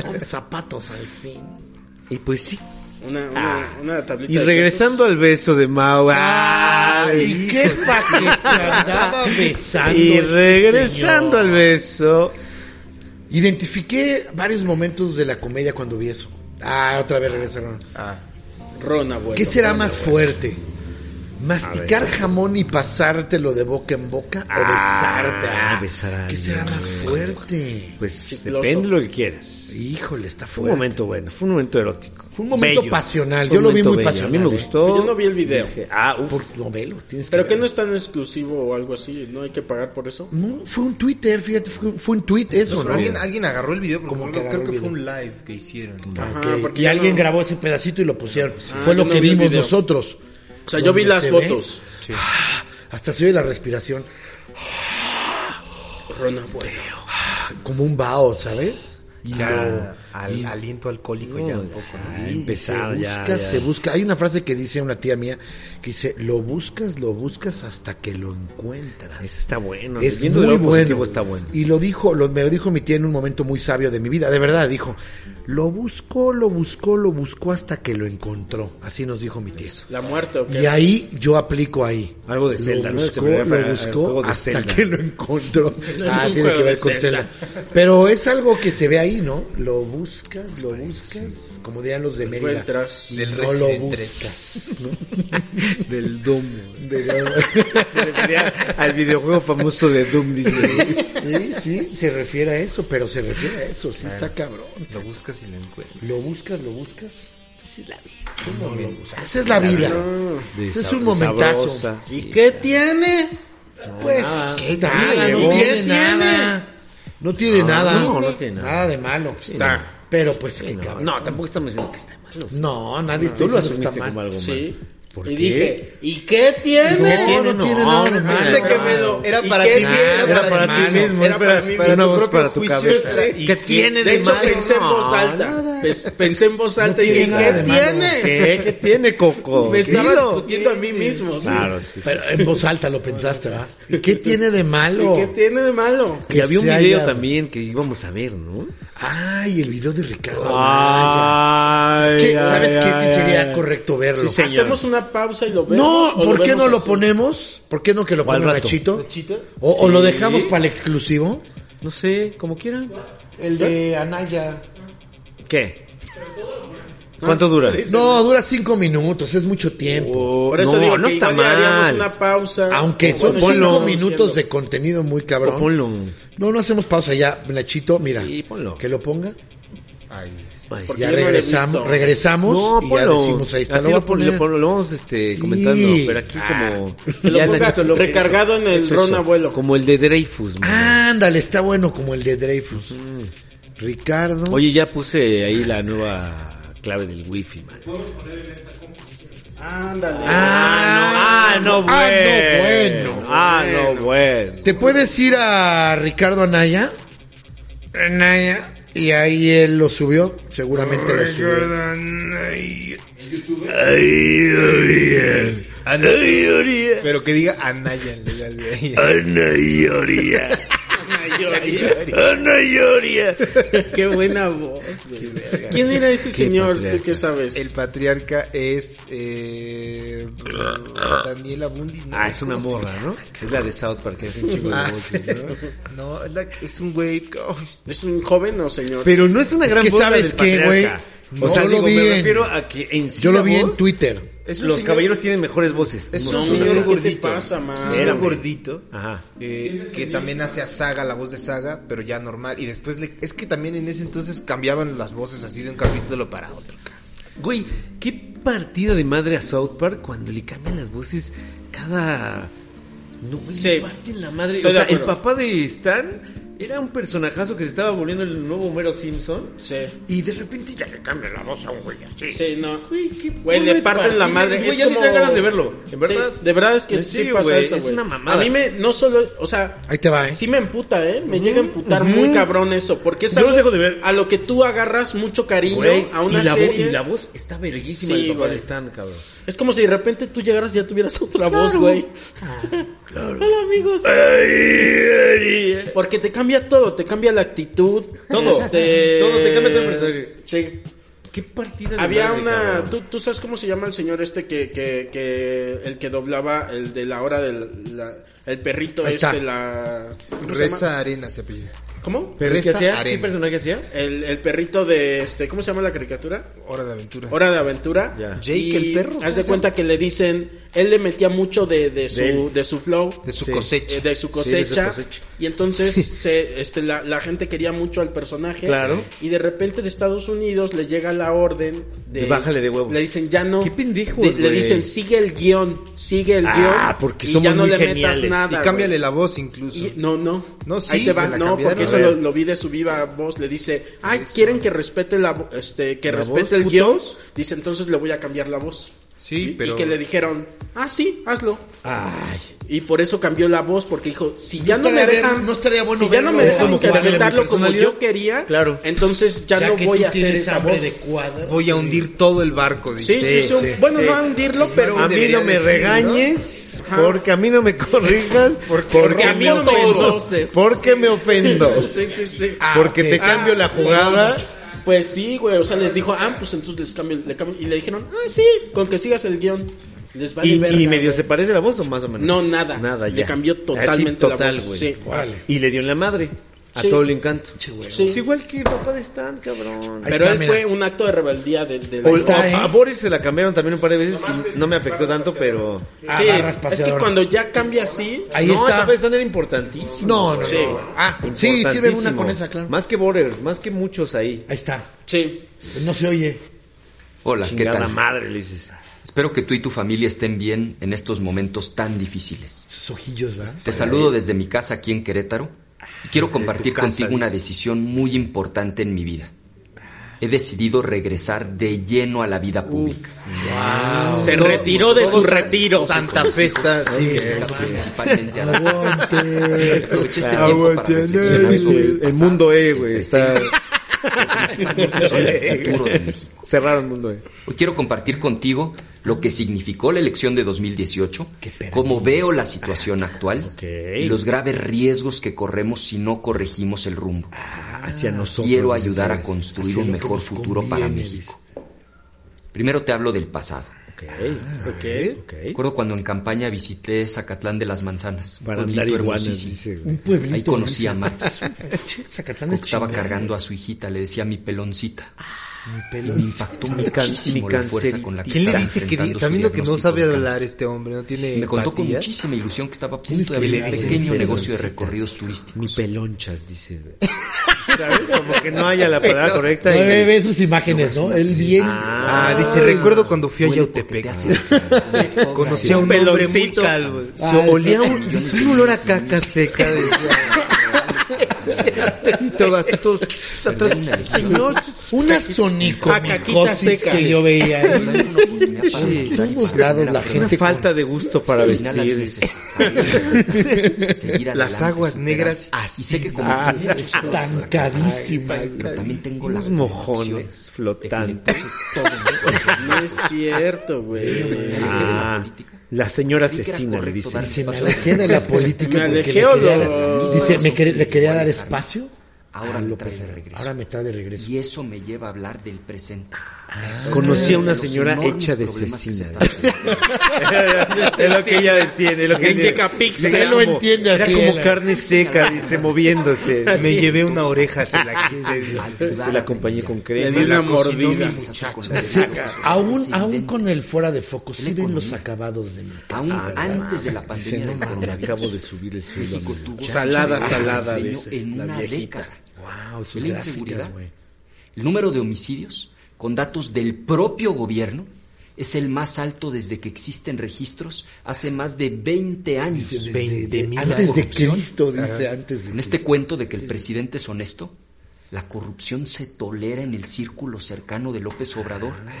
B: son zapatos al fin.
C: Y pues sí.
D: Una,
B: Ah.
D: una, una tablita.
C: Y
D: de
C: regresando al beso de Mau. ay,
B: ¿Y qué pa' que se andaba besando?
C: Y
B: este
C: regresando
B: señor?
C: al beso.
B: Identifiqué varios momentos de la comedia cuando vi eso. Ah, otra vez regresaron.
D: quesos. Ron, abuelo.
B: ¿Qué será más fuerte? ¿Masticar jamón y pasártelo de boca en boca o besarte?
C: Ah,
B: Ah,
C: besar a
B: ¿Qué
C: alguien,
B: será más
C: güey.
B: fuerte?
C: Pues
D: Chicloso.
C: depende de lo que quieras.
B: Híjole, está
C: Fue un
B: fuerte.
C: momento bueno, fue un momento erótico.
B: Fue un momento
C: Bello.
B: pasional,
C: Fue
B: yo
C: un
B: lo vi
C: momento
B: muy
C: bello.
B: pasional,
C: A mí me
B: ¿eh?
C: gustó.
D: Pero yo no vi el video.
C: Dije, ah, uf.
B: Por novelo, tienes
D: Pero
B: que
D: que
B: ver.
D: no es tan exclusivo o algo así, ¿no hay que pagar por eso?
B: No, fue un Twitter, fíjate, fue, fue un tweet eso, ¿no?
A: Alguien, alguien agarró el video porque
B: Como que
A: creo,
B: agarró
A: creo que
B: el
A: fue un live que hicieron.
D: Ajá,
B: Ok,
D: porque
B: Y
D: yo
B: alguien
D: no-
B: grabó ese pedacito y lo pusieron.
D: Ah,
B: fue
D: yo
B: lo
D: no
B: que
D: vi el
B: vimos
D: video.
B: nosotros.
D: O sea, yo vi
B: Donde
D: las
B: se ve.
D: fotos.
B: Hasta se oye la respiración.
D: Ron, abuelo.
B: Como un vaho, ¿sabes? Y
A: Ya,
B: lo-
A: al-
B: y-
A: aliento alcohólico ya un poco.
C: Ah,
B: y
C: empezado
B: se
C: ya,
B: busca,
C: ya.
B: se busca. Hay una frase que dice una tía mía que dice, lo buscas, lo buscas hasta que lo encuentras.
C: Eso está bueno.
B: es
C: Viendo
B: muy
C: de lo
B: bueno.
C: positivo está bueno.
B: Y lo dijo, lo, me lo dijo mi tía en un momento muy sabio de mi vida, de verdad, dijo, lo buscó, lo buscó, lo buscó hasta que lo encontró. Así nos dijo mi tía.
D: ¿La muerte o qué?
B: Y ahí yo aplico ahí.
C: Algo de
B: Lo
C: Zelda, ¿no? Se
B: buscó,
C: me refiere
B: Lo
C: al- al juego
B: buscó
C: de
B: hasta
C: Zelda.
B: que lo encontró. Ah,
D: un
B: tiene
D: juego
B: que ver
D: de
B: con Zelda.
D: Zelda.
B: Pero es algo que se ve ahí, ¿no? Lo buscas, lo
C: Pues,
B: buscas, como dirían los de Mérida.
D: Encuentras
B: Y
A: del
B: no lo
A: Resident
B: buscas. ¿no?
C: Del Doom.
B: De lo-
C: Se refería al videojuego famoso de Doom, dice.
B: sí, sí, se refiere a eso, pero se refiere a eso, sí está cabrón.
A: Lo buscas y lo encuentras.
B: Lo buscas, lo buscas. ¿Cómo lo buscas? Esa es la vida. Ese es un momentazo.
C: Sabrosa.
D: ¿Y qué tiene?
B: Pues, ¿qué nada, no
C: llegó.
B: tiene
D: ¿Qué
B: nada. No tiene nada.
C: no, no tiene nada.
B: nada. de malo. Está. Pero pues, qué cabrón.
C: No, tampoco estamos diciendo que está malo.
B: No, nadie está
C: Tú lo
B: diciendo que
C: asumiste como algo malo.
D: Sí.
C: ¿Por
D: y
C: qué?
D: dije, ¿y qué tiene?
B: No, no tiene nada de malo.
D: Ese que me lo-
A: Era
D: ¿y
A: para
D: qué
A: ti,
D: tiene?
A: era
C: era
A: para
C: para ti
A: mano,
C: mismo,
A: era
C: era para,
A: para mí
C: para una
A: mismo,
C: voz
A: propio
C: para tu
A: juicio,
C: cabeza.
A: ese, y
C: ¿Qué
A: que-
C: tiene
D: De
C: de
D: hecho,
C: malo?
D: pensé en voz
C: No,
D: alta.
C: nada.
D: Pes- Pensé en voz alta y
B: tiene
D: dije,
B: nada
D: ¿qué
B: de malo.
D: tiene?
C: ¿Qué? ¿Qué tiene, Coco?
D: Me estaba
C: Dilo.
D: discutiendo a mí mismo. sí.
C: Claro, sí. sí.
B: Pero en voz alta lo pensaste, ¿verdad? ¿Y qué tiene de malo?
D: ¿Y qué tiene de malo?
B: que
C: y había un
B: se
C: video
B: haya-
C: también que íbamos a ver, ¿no?
B: Ay, el video de Ricardo. Anaya.
C: Ay,
B: Es que,
C: ay,
B: ¿Sabes qué?
C: ay,
B: Sí sería
C: ay.
B: correcto verlo.
C: Sí, señor.
D: Hacemos una pausa y lo vemos.
B: no,
D: o
B: ¿por qué
D: vemos
B: no lo
D: así?
B: ponemos? ¿Por qué no que lo
C: ¿O al
B: ponga
C: rato?
B: Nachito? ¿O, o lo dejamos para el exclusivo?
C: No sé, como quieran.
B: El de Anaya.
C: ¿Qué? ¿Cuánto dura?
B: No, dura cinco minutos, es mucho tiempo.
C: Oh,
D: Por eso
C: no,
D: digo
C: no
D: que
C: está
D: igual le haríamos
C: mal.
D: una pausa.
B: Aunque
D: O
B: son
D: bueno,
C: ponlo.
B: cinco
D: sigamos
B: minutos de
D: diciendo.
B: contenido muy
C: O
B: cabrón.
C: ponlo.
B: No, no hacemos pausa ya, Nachito, mira.
C: Sí, ponlo.
B: Que lo ponga.
A: Ay,
C: Ay,
D: Porque
B: Ya
D: yo no lo he
B: regresamos,
D: visto.
B: regresamos
C: No,
B: y ya
C: ponlo.
B: decimos ahí está.
C: Así
B: voy
C: lo,
B: a
C: pon-
B: poner.
C: lo, pon- lo vamos este, comentando, pero aquí como...
D: Que lo
C: ya
D: ponga
C: Nachito López.
D: recargado en el Ron Abuelo.
C: Como el de Dreyfus. mano.
B: Ándale, está bueno como el de Dreyfus. Ricardo.
C: Oye, ya puse ahí la nueva clave del wifi, man.
D: Ándale.
C: Ah,
B: ah,
C: no,
B: no,
C: bueno.
B: bueno.
C: Ah, no, bueno.
B: ¿Te puedes ir a Ricardo Anaya? Anaya. Y ahí él lo subió, seguramente lo subió.
A: Pero que diga Anaya en lugar de ella.
C: Ana Ioria. Ana Ioria.
D: Qué buena voz, güey. ¿Quién era ese señor? ¿Tú
C: patriarca.
D: qué sabes?
A: El patriarca es eh, Daniela Bundy. ¿no?
C: Ah, es una
A: ¿Cómo se
C: morra, ¿no? Es la de South Park, es un chico de
A: llama? Ah, sí.
C: voces, ¿no?
A: No, es, la- es un güey. oh, que- ay,
D: ¿Es un joven o señor?
C: Pero no es una
B: Es
C: gran
B: que
C: voz la
B: ¿sabes
C: del
B: qué, güey?
C: patriarca.
B: No,
C: o sea,
B: yo lo
C: digo,
B: vi
C: me
B: en-
C: refiero a que en sí
B: Yo lo
C: la
B: vi en
C: voz,
B: Twitter.
A: es un
C: Los
A: señor-
C: caballeros tienen mejores voces.
A: Es un
C: No,
A: señor
C: no, no.
D: ¿qué te
A: gordito.
D: pasa, man?
A: Es un señor
C: Espérame.
A: gordito.
C: Ajá.
A: eh, que también hace a Saga, la voz de Saga, pero ya normal. Y después le, es que también en ese entonces cambiaban las voces así de un capítulo para otro.
C: Güey, qué partida de madre a South Park cuando le cambian las voces cada. No, güey,
D: Sí.
C: le parten la madre.
D: Estoy
C: o sea,
D: de
C: el
D: acuerdo.
C: papá de Stan era un personajazo que se estaba volviendo el nuevo Homero Simpson.
D: Sí.
C: Y de repente ya le cambian la voz a un güey así.
D: Sí, no.
C: Güey, qué
D: Güey,
C: puro
D: le parten la
C: partido.
D: madre.
C: Güey,
D: es
C: ya ni
D: como-
C: dan ganas de verlo. En verdad.
D: Sí, de verdad es que
C: En
D: sí
C: serio,
D: pasa
C: güey,
D: eso,
C: es
D: güey.
C: una mamada.
D: A mí me, no solo, o sea...
B: Ahí te va, ¿eh?
D: Sí me emputa, ¿eh? Me llega a emputar muy cabrón eso. Porque es
C: Yo
D: algo
C: los dejo de ver.
D: a lo que tú agarras mucho cariño
C: Güey,
D: a una
C: y, la vo-
D: serie.
C: y la voz está verguísima
D: Sí,
C: del papá
D: güey.
C: de Stan, cabrón.
D: Es como si de repente tú llegaras y ya tuvieras otra voz, güey. Hola, amigos.
C: Eh.
D: Porque te cambia todo, te cambia la actitud. este,
C: Todo. Todo, te cambia todo el personaje.
D: eh, Sí.
C: Qué partida de
D: Había
C: madre,
D: una...
C: cabrón.
D: ¿tú, tú sabes cómo se llama el señor este que... que, que el que doblaba el de la hora del... la- el perrito
B: Ahí está.
D: este, la... ¿cómo se llama?
A: Reza Arenas se apellida.
D: ¿Cómo?
C: ¿Pero qué
A: Reza
C: hacía? ¿Qué
A: Arenas.
C: personaje hacía?
D: El, el perrito de este... ¿Cómo se llama la caricatura?
A: Hora de aventura.
D: Hora de aventura.
C: Ya.
A: Jake,
D: Y
A: el perro, ¿cómo
D: Haz de
A: se
D: cuenta que le dicen, él le metía mucho de, de su,
C: De
D: de,
C: él.
D: su flow.
A: De su
C: Sí.
A: cosecha.
D: eh, de su
C: Sí, de su
D: cosecha.
C: cosecha.
D: Y entonces se, este, la, la gente quería mucho al personaje.
C: Claro.
D: Y de repente de Estados Unidos le llega la orden de...
C: De bájale de huevos.
D: Le dicen, ya no...
C: Qué pendejos,
D: de- Le
C: güey.
D: dicen, sigue el guión, sigue el
C: Ah,
D: guión.
C: porque
D: y
C: somos
D: ya no
C: muy
D: le metas
C: geniales.
A: Y
D: nada.
A: cámbiale
D: güey".
A: la voz incluso.
D: Y- no, no.
A: No, sí,
D: Ahí te va.
A: se la
D: No,
A: cambiaron.
D: porque eso
C: A
D: lo,
C: ver.
D: lo vi de su viva voz. Le dice, ay, quieren que respete la vo- este, que
C: ¿La
D: respete
C: voz,
D: el
C: putos?
D: guión. Dice, entonces le voy a cambiar la voz.
A: Sí,
D: y,
A: pero-
D: y que le dijeron, ah, sí, hazlo.
C: Ay.
D: Y por eso cambió la voz, porque dijo, si ya no, me
B: estaría bien,
D: dejan,
B: no estaría bueno
D: si ya no
B: verlo.
D: me
B: Es
D: dejan
C: como quitarle
D: interpretarlo
C: mi
D: como
C: personalidad.
D: yo quería,
C: Claro.
D: entonces ya, no
B: que
D: voy
B: tú
D: a hacer
B: tienes
D: esa
B: hambre
D: voz.
B: de cuadro.
A: Voy a hundir todo el barco, dice.
D: Sí, sí, sí, un-
C: sí,
D: bueno,
C: sí.
D: no a hundirlo,
A: Es
D: pero
A: más,
C: A mí
A: Debería
C: no me
A: decir,
C: regañes,
D: ¿no? Ajá.
C: porque a mí no me corrijan, porque,
D: a mí no me
C: ofendo.
D: endoses.
C: Porque me ofendo.
D: Sí, sí, sí.
C: porque te
D: Ah,
C: cambio la jugada.
D: Pues sí, güey, o sea, les dijo, ah, pues entonces les cambio, le cambio, y le dijeron, ah, sí, con que sigas el guión, les va
C: Y,
D: verga,
C: y medio
D: güey.
C: se parece la voz o más o menos.
D: No, nada.
C: Nada,
D: Le
C: ya.
D: cambió
C: Así,
D: totalmente la
C: total,
D: voz.
C: güey.
D: Sí.
B: Órale.
C: Y le dio en la madre. A
D: Sí.
C: todo el encanto.
D: Sí.
C: Es igual que el papá de Stan, cabrón.
B: Ahí
D: Pero
B: está,
D: él
B: mira.
D: fue un acto de rebeldía del... del-
C: O-
B: Ahí está,
C: o-
B: ¿eh?
C: A Boris se la cambiaron también un par de veces que no me afectó tanto, pero...
D: Sí,
B: Agarras
D: es que
B: paseador.
D: cuando ya cambia así...
B: Ahí
C: no, el
B: está.
C: papá de Stan era importantísimo.
B: No, no,
D: Sí,
B: no.
D: güey.
B: Ah, sí,
C: Importantísimo.
B: sirve una con esa, claro.
C: Más que Borders, más que muchos ahí.
B: Ahí está.
D: Sí.
B: No se oye.
E: Hola, ¿qué
C: Chingada
E: tal?
C: madre, le dices.
E: Espero que tú y tu familia estén bien en estos momentos tan difíciles.
B: Sus ojillos, ¿verdad?
C: Pues,
E: Te
C: eh,
E: saludo desde mi casa aquí en Querétaro y quiero compartir
C: ah, casa,
E: contigo una
C: dice.
E: decisión muy importante en mi vida. He decidido regresar de lleno a la vida pública.
D: Se retiró de su retiro.
A: Santa Festa.
B: Sí,
E: Principalmente a la
B: Aguante.
E: Aproveché
C: Ah,
E: este tiempo para reflexionar sobre el,
C: El
E: pasado,
C: mundo E, güey. Está...
E: principalmente sobre el futuro de México.
C: Cerraron el mundo E.
E: Hoy quiero compartir contigo lo que significó la elección de 2018, cómo veo la situación actual
C: Ok.
E: y los graves riesgos que corremos si no corregimos el rumbo.
A: Ah,
C: Hacia nosotros.
E: Quiero ayudar a
C: dices.
E: construir un mejor futuro para México. Primero te hablo del pasado.
C: Ok. Ok.
E: Recuerdo cuando en campaña visité Zacatlán de las Manzanas, un
C: Para
E: pueblito
C: andar iguanas,
E: hermosísimo.
C: dice, güey.
B: Un pueblito.
E: Ahí conocí a Marta,
B: Zacatlán
E: que
B: es
E: estaba
B: chingón.
E: cargando a su hijita, le decía mi peloncita.
A: Ah,
B: Mi
E: Y
B: pelo.
E: me impactó
C: Mi can-
E: muchísimo
C: mi
E: la fuerza
C: cancerita.
E: con la que
A: ¿Quién le
E: estaba
A: dice que di-
E: enfrentando su
A: también lo que no
E: diagnóstico
A: sabe
E: de
A: hablar
E: cáncer?
A: este hombre? No tiene
E: Eh, Me contó con
A: empatía?
E: muchísima ilusión que estaba a
B: Tienes
E: punto de
B: que
E: abrir un
B: leer,
E: pequeño
B: leer,
E: negocio de
B: leer.
E: recorridos turísticos.
C: Mi pelonchas, dice. ¿Sabes? Como que no haya la palabra correcta.
B: No,
C: y-
B: ve, ve sus imágenes, ¿no? Él bien.
A: Ah, dice, recuerdo cuando fui a Yautepec. Conocí a un hombre muy
D: Peloncitos.
A: calvo. Ah,
C: Se olía un,
E: Millones
C: sí,
E: de
C: un olor a
E: millones de
C: caca
E: niños.
C: seca. decía. Todas, todos.
E: Perdí una elección.
B: Una sonicomicosis
D: seca.
B: que yo veía. ahí.
E: Tal vez una oportunidad para
B: En
E: disfrutar y
B: todos
E: examinar
B: lados la
E: prueba.
B: gente
C: Falta de gusto para
E: Al final,
C: vestir.
E: Andrés, es- seguir adelante,
A: Las aguas negras
E: superarse. Y sé que como
B: Ah,
E: tú, eres una persona
B: estancadísima.
E: Pero también tengo
C: Unos
E: las
C: mojones flotantes.
D: No es cierto, güey.
C: Ah, la señora asesina, le
E: dice.
C: dice.
B: Se me alejé de la política.
D: Me
B: porque
D: alejé o
B: le quería-
D: lo-
B: Dice, me quer- le quería dar espacio.
E: Ahora lo trae de regreso.
B: Ah, Ahora me trae de regreso.
E: Y eso me lleva a hablar del presente.
C: Conocí a una
E: Los
C: señora
E: enormes
C: hecha de
E: problemas que se
C: cecina.
E: están teniendo.
C: es lo que ella entiende. Lo que
D: Ven, llega Pix,
C: Era
D: te
C: como-
B: amo. entiende
C: Era
B: así,
C: como
B: él.
C: carne seca, dice, moviéndose.
A: Me llevé una oreja, se la quise. dice.
C: Se la acompañé con
D: Le
C: crema.
D: di una
E: Sí,
D: mordida.
E: muchacho. Con la defensa sobre
B: Aún,
E: ese
B: aún
E: invento.
B: con el fuera de foco, sí
E: La
B: ven los
E: economía.
B: acabados de mí.
E: Aún
C: Ah, no
E: antes de la
C: mames.
E: pandemia del
C: Acabo
E: coronavirus,
C: de subir el sueldo.
E: México
C: amigo.
E: tuvo
D: Salada,
E: su mayor
D: salada,
E: desempeño
D: dice
E: en
D: la
E: una
D: viejita.
E: década.
B: Wow, sus
E: la
B: gráficas,
E: inseguridad,
B: güey.
E: el número de homicidios con datos del propio gobierno, es el más alto desde que existen registros hace más de 20 años.
B: Dice, desde-
A: 20.000
B: antes de
E: corrupción.
B: Cristo, dice, antes de
E: Con este
B: Cristo.
E: cuento de que el presidente es honesto, la corrupción se tolera en el círculo cercano de López Obrador
B: Ah,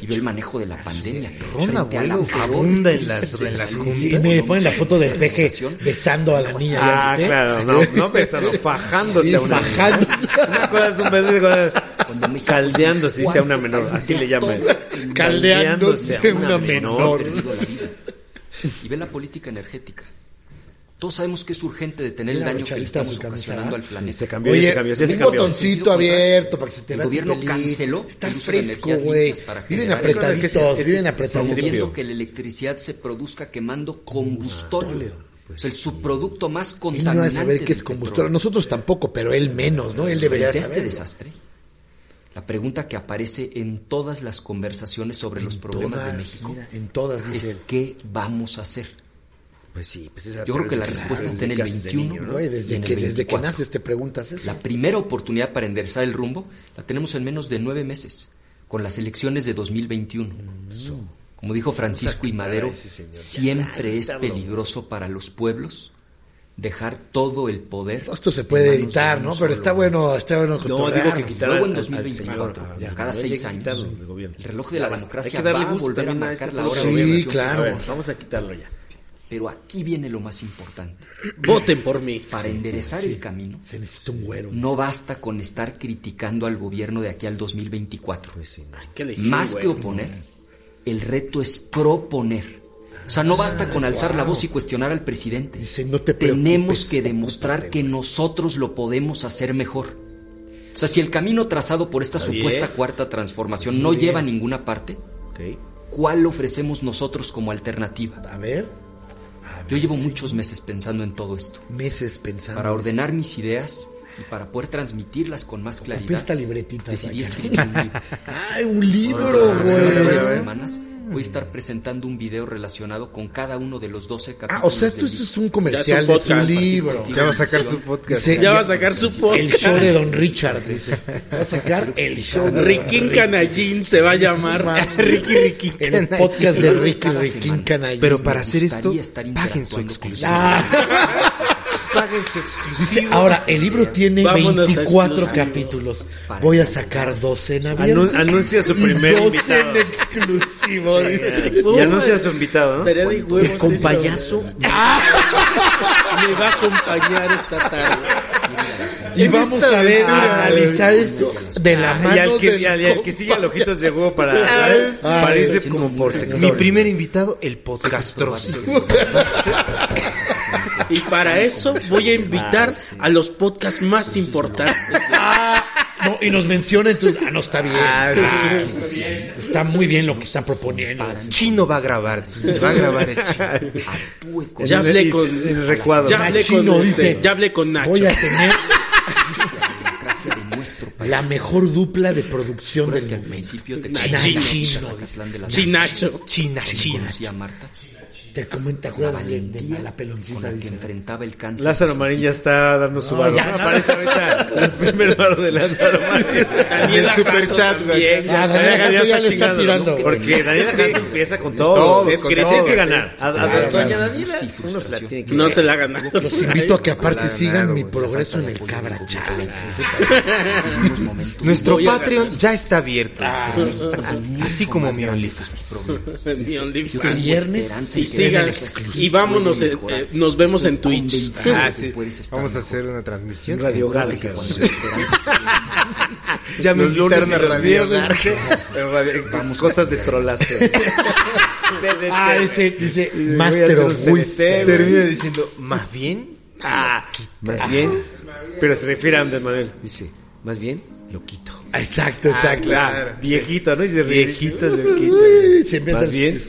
E: y ve el manejo de la pandemia.
A: Ron
E: frente a la
A: Abuelo
E: peor
A: abunda en
E: crisis
A: las-
E: de
A: en las
E: salud
A: juntas.
B: Y me ponen la foto del
E: económica de
B: peje
E: la nación.
B: besando a la niña.
C: Ah,
B: ¿ya ves?
C: claro, no, no besando, fajándose
B: Sí,
C: a una menor.
B: fajándose.
C: Una cosa es un beso y otra
E: Cuando México
C: es caldeándose, dice a una menor,
E: ¿cuánto
C: así le
E: país
C: llaman.
E: todo?
B: Caldeándose a ¿eh? una
E: menor. Y ve la política energética. Todos sabemos que es urgente detener el
B: Mira,
E: daño que le
B: Charita,
E: estamos
B: su camisa,
E: ocasionando al
B: ¿ah?
E: planeta.
C: Se cambió, ya
B: Oye,
C: se cambió, ya se
B: un
C: cambió.
B: botoncito abierto para que se te
E: El
B: vea tu
E: gobierno
B: pelín.
E: canceló
B: Está
E: el uso de
B: fresco,
E: energías
B: güey.
E: limpias para
B: Viven
E: generar-
C: Creo que
B: apretaditos,
C: ese-
B: viven
C: ese-
B: apretaditos.
E: promoviendo que la electricidad se produzca quemando combustorio. es el subproducto más
B: pues Él no ha de
E: contaminante.
B: saber qué
E: del
B: es combustible.
E: petróleo.
B: Nosotros tampoco, pero él menos, ¿no? Él debería
E: Frente a este
B: saber.
E: desastre, la pregunta que aparece en todas las conversaciones sobre los problemas de México
B: en todas, dice
E: es
B: él.
E: ¿qué vamos a hacer?
C: Pues sí, pues esa-
E: Yo creo
C: pero
E: que la
C: esa es
E: respuesta
C: las
E: está en el
C: indicaciones de
E: 21.
C: niño, ¿no?
B: Güey,
E: y
B: desde
E: en
B: que,
E: el
B: desde que
E: 24.
B: naces te preguntas eso.
E: La primera oportunidad para enderezar el rumbo la tenemos en menos de nueve meses, con las elecciones de 2021. Como dijo Francisco y Madero, siempre es peligroso para los pueblos dejar todo el poder.
B: Todo esto se
E: en
B: puede
E: manos de
B: editar,
E: un
B: ¿no? Pero
E: solo
B: está bueno, está bueno
C: No,
B: cotorrear.
C: digo que quitar
E: Luego en
C: al- al
E: 2024,
C: señor,
E: cada
C: a- no,
E: seis
C: hay que
E: años,
C: quitarlo del gobierno.
E: el reloj de la
C: Ya basta.
E: democracia
C: Hay que darle
E: va a
C: gusto
E: volver a
C: también
E: marcar
C: este
E: la
C: programa.
B: hora de Sí, claro.
C: Vamos, Vamos a quitarlo ya.
E: Pero aquí viene lo más importante.
D: Voten por mí.
E: Para enderezar el camino,
B: Se necesita un güero.
E: no basta con estar criticando al gobierno de aquí al 2024.
D: Hay que elegir,
E: Más
D: güey.
E: que oponer, el reto es proponer. O sea, no basta con alzar la voz y cuestionar al presidente.
B: Dice, no te
E: Tenemos
B: preocupes,
E: que demostrar que nosotros lo podemos hacer mejor. O sea, si el camino trazado por esta supuesta cuarta transformación no lleva a ninguna parte, ¿cuál ofrecemos nosotros como alternativa?
B: A ver,
E: Yo llevo muchos meses pensando en todo esto,
B: meses pensando.
E: para ordenar mis ideas y para poder transmitirlas con más
B: Compré
E: claridad.
B: esta libretita.
E: Decidí
B: saca.
E: escribir un libro.
B: Ay, un libro,
E: Las próximas
B: güey.
E: Pues, semanas voy a estar presentando un video relacionado con cada uno de los 12 capítulos.
B: Ah, o sea,
E: del
B: esto, esto
E: libro.
B: es un comercial,
D: Ya
B: es
D: es un
B: un
D: podcast.
B: libro.
E: Contigo.
A: Ya va a sacar su podcast.
B: Dice,
D: Ya va a sacar su
B: El
D: podcast.
B: show de Don Richard, dice. Va a sacar el show de Don
D: Riquín Canallín se va a llamar. Ricky Ricky.
B: El podcast de
E: Cada
B: Ricky
E: semana.
B: Riquín Canallín.
A: Pero para
E: Me
A: hacer esto,
E: gustaría estar
A: paguen su
E: interactuando con
A: exclusiva.
B: Ah,
A: Paguen su exclusiva.
B: dice, ahora, el libro tiene
D: Vámonos
C: este
D: a
B: 24
D: exclusivo.
B: capítulos. Voy a sacar 12 en
C: Anun-
B: abierto.
C: anuncia su
B: Y 12
C: primer
B: en
C: invitado.
B: exclusivo. dice.
C: Y anuncia a su invitado, ¿no?
D: Tarea de huevos.
B: Que con
D: eso,
B: payaso.
D: güey. Me va a acompañar esta tarde.
B: Y vamos a ver, a analizar esto de la mano
C: Y al que,
B: del
C: y al- y al que sigue al ojitos de huevo para, ¿sabes?
B: Ah,
C: para irse
B: sí.
C: como por
A: Mi
C: sector.
A: primer invitado, el podcastroso.
D: Y para eso voy a
B: Ah,
D: invitar a los podcasts más importantes.
B: No, y nos menciona entonces, ah, no está bien. Ah, está muy bien lo que están proponiendo.
A: Chino va a grabar. Va a grabar el chino.
E: Actúe con
D: Ya
C: En
D: hablé
C: el-
D: con.
C: en el recuadro.
D: Ya hablé con,
B: Nachino
D: este,
B: dice,
D: ya hablé con Nacho.
B: Voy a tener
E: la democracia de nuestro país.
B: la mejor dupla de producción
E: Recuerdas
B: del
E: que al
B: mundo.
E: principio te
D: Nachino.
E: expliqué las
B: Nachino,
E: fichas Zacatlán de las
D: Sí,
E: Artes,
D: Nacho.
A: China,
E: que
A: China.
E: conocí a Marta,
B: Te comenta,
E: la
B: acuerdas de, de
E: valentía
B: la
E: con
B: peloncita.
E: la que
B: dice.
E: enfrentaba el cáncer.
C: Lázaro Marín ya está dando su valor.
B: ya.
C: Aparece ahorita los primeros varos de Lázaro Marín.
D: Daniela
C: El super
D: Jasso
C: chat, güey.
D: también,
B: ya. Daniela Jasso ya le está
C: chingando,
B: tirando,
C: ¿no?
B: güey.
C: Porque Daniela Jasso empieza con
A: todos,
C: todo. Es
A: con
C: que le
A: todos.
C: tienes que ganar. A, a- a-
B: Claro,
C: doña
B: claro.
C: Daniela,
E: Angustia y
C: unos la tiene que
D: No se la ganó.
B: Los invito a que aparte
A: ganaron,
B: sigan mi
A: güey,
B: progreso en el Cabra Challenge.
E: Unos momentos
A: Nuestro
D: Voy a
A: Patreon ya está abierto.
E: así
A: como mi
E: sus problemas.
D: Mi OnlyFans.
E: Yo tengo
B: Viernes
E: esperanza
D: y
E: en que las
D: sigan,
E: cosas
D: y vámonos,
E: pueden
D: eh,
E: mejorar.
D: eh, nos vemos en
E: Estoy
D: Twitch.
E: convencido
A: Ah,
E: que
A: sí.
E: puedes estar
A: Vamos a
E: mejor.
A: hacer una transmisión.
C: Radio
E: Recuerda que cuando la esperanza se alcanza,
A: Ya me
C: Los lunes
A: invitaron
C: y
A: a
C: los
A: Radio
C: viernes. En radio-
E: Vamos a
C: Cosas de
E: cambiar.
C: trolazo.
B: Ah, ese dice
C: voy a
B: Master
C: hacer un
B: of
C: CDT,
B: Wisdom.
C: güey.
A: Termina diciendo, más bien,
C: Ah, más bien. Pero se refiere a Andrés Manuel. Dice, más bien, lo quito.
B: Exacto, exacto.
C: Ah, viejito, ¿no? Y se ríe.
A: Viejito,
C: lo quito.
B: Uy, se empieza
C: más
B: el-
C: bien.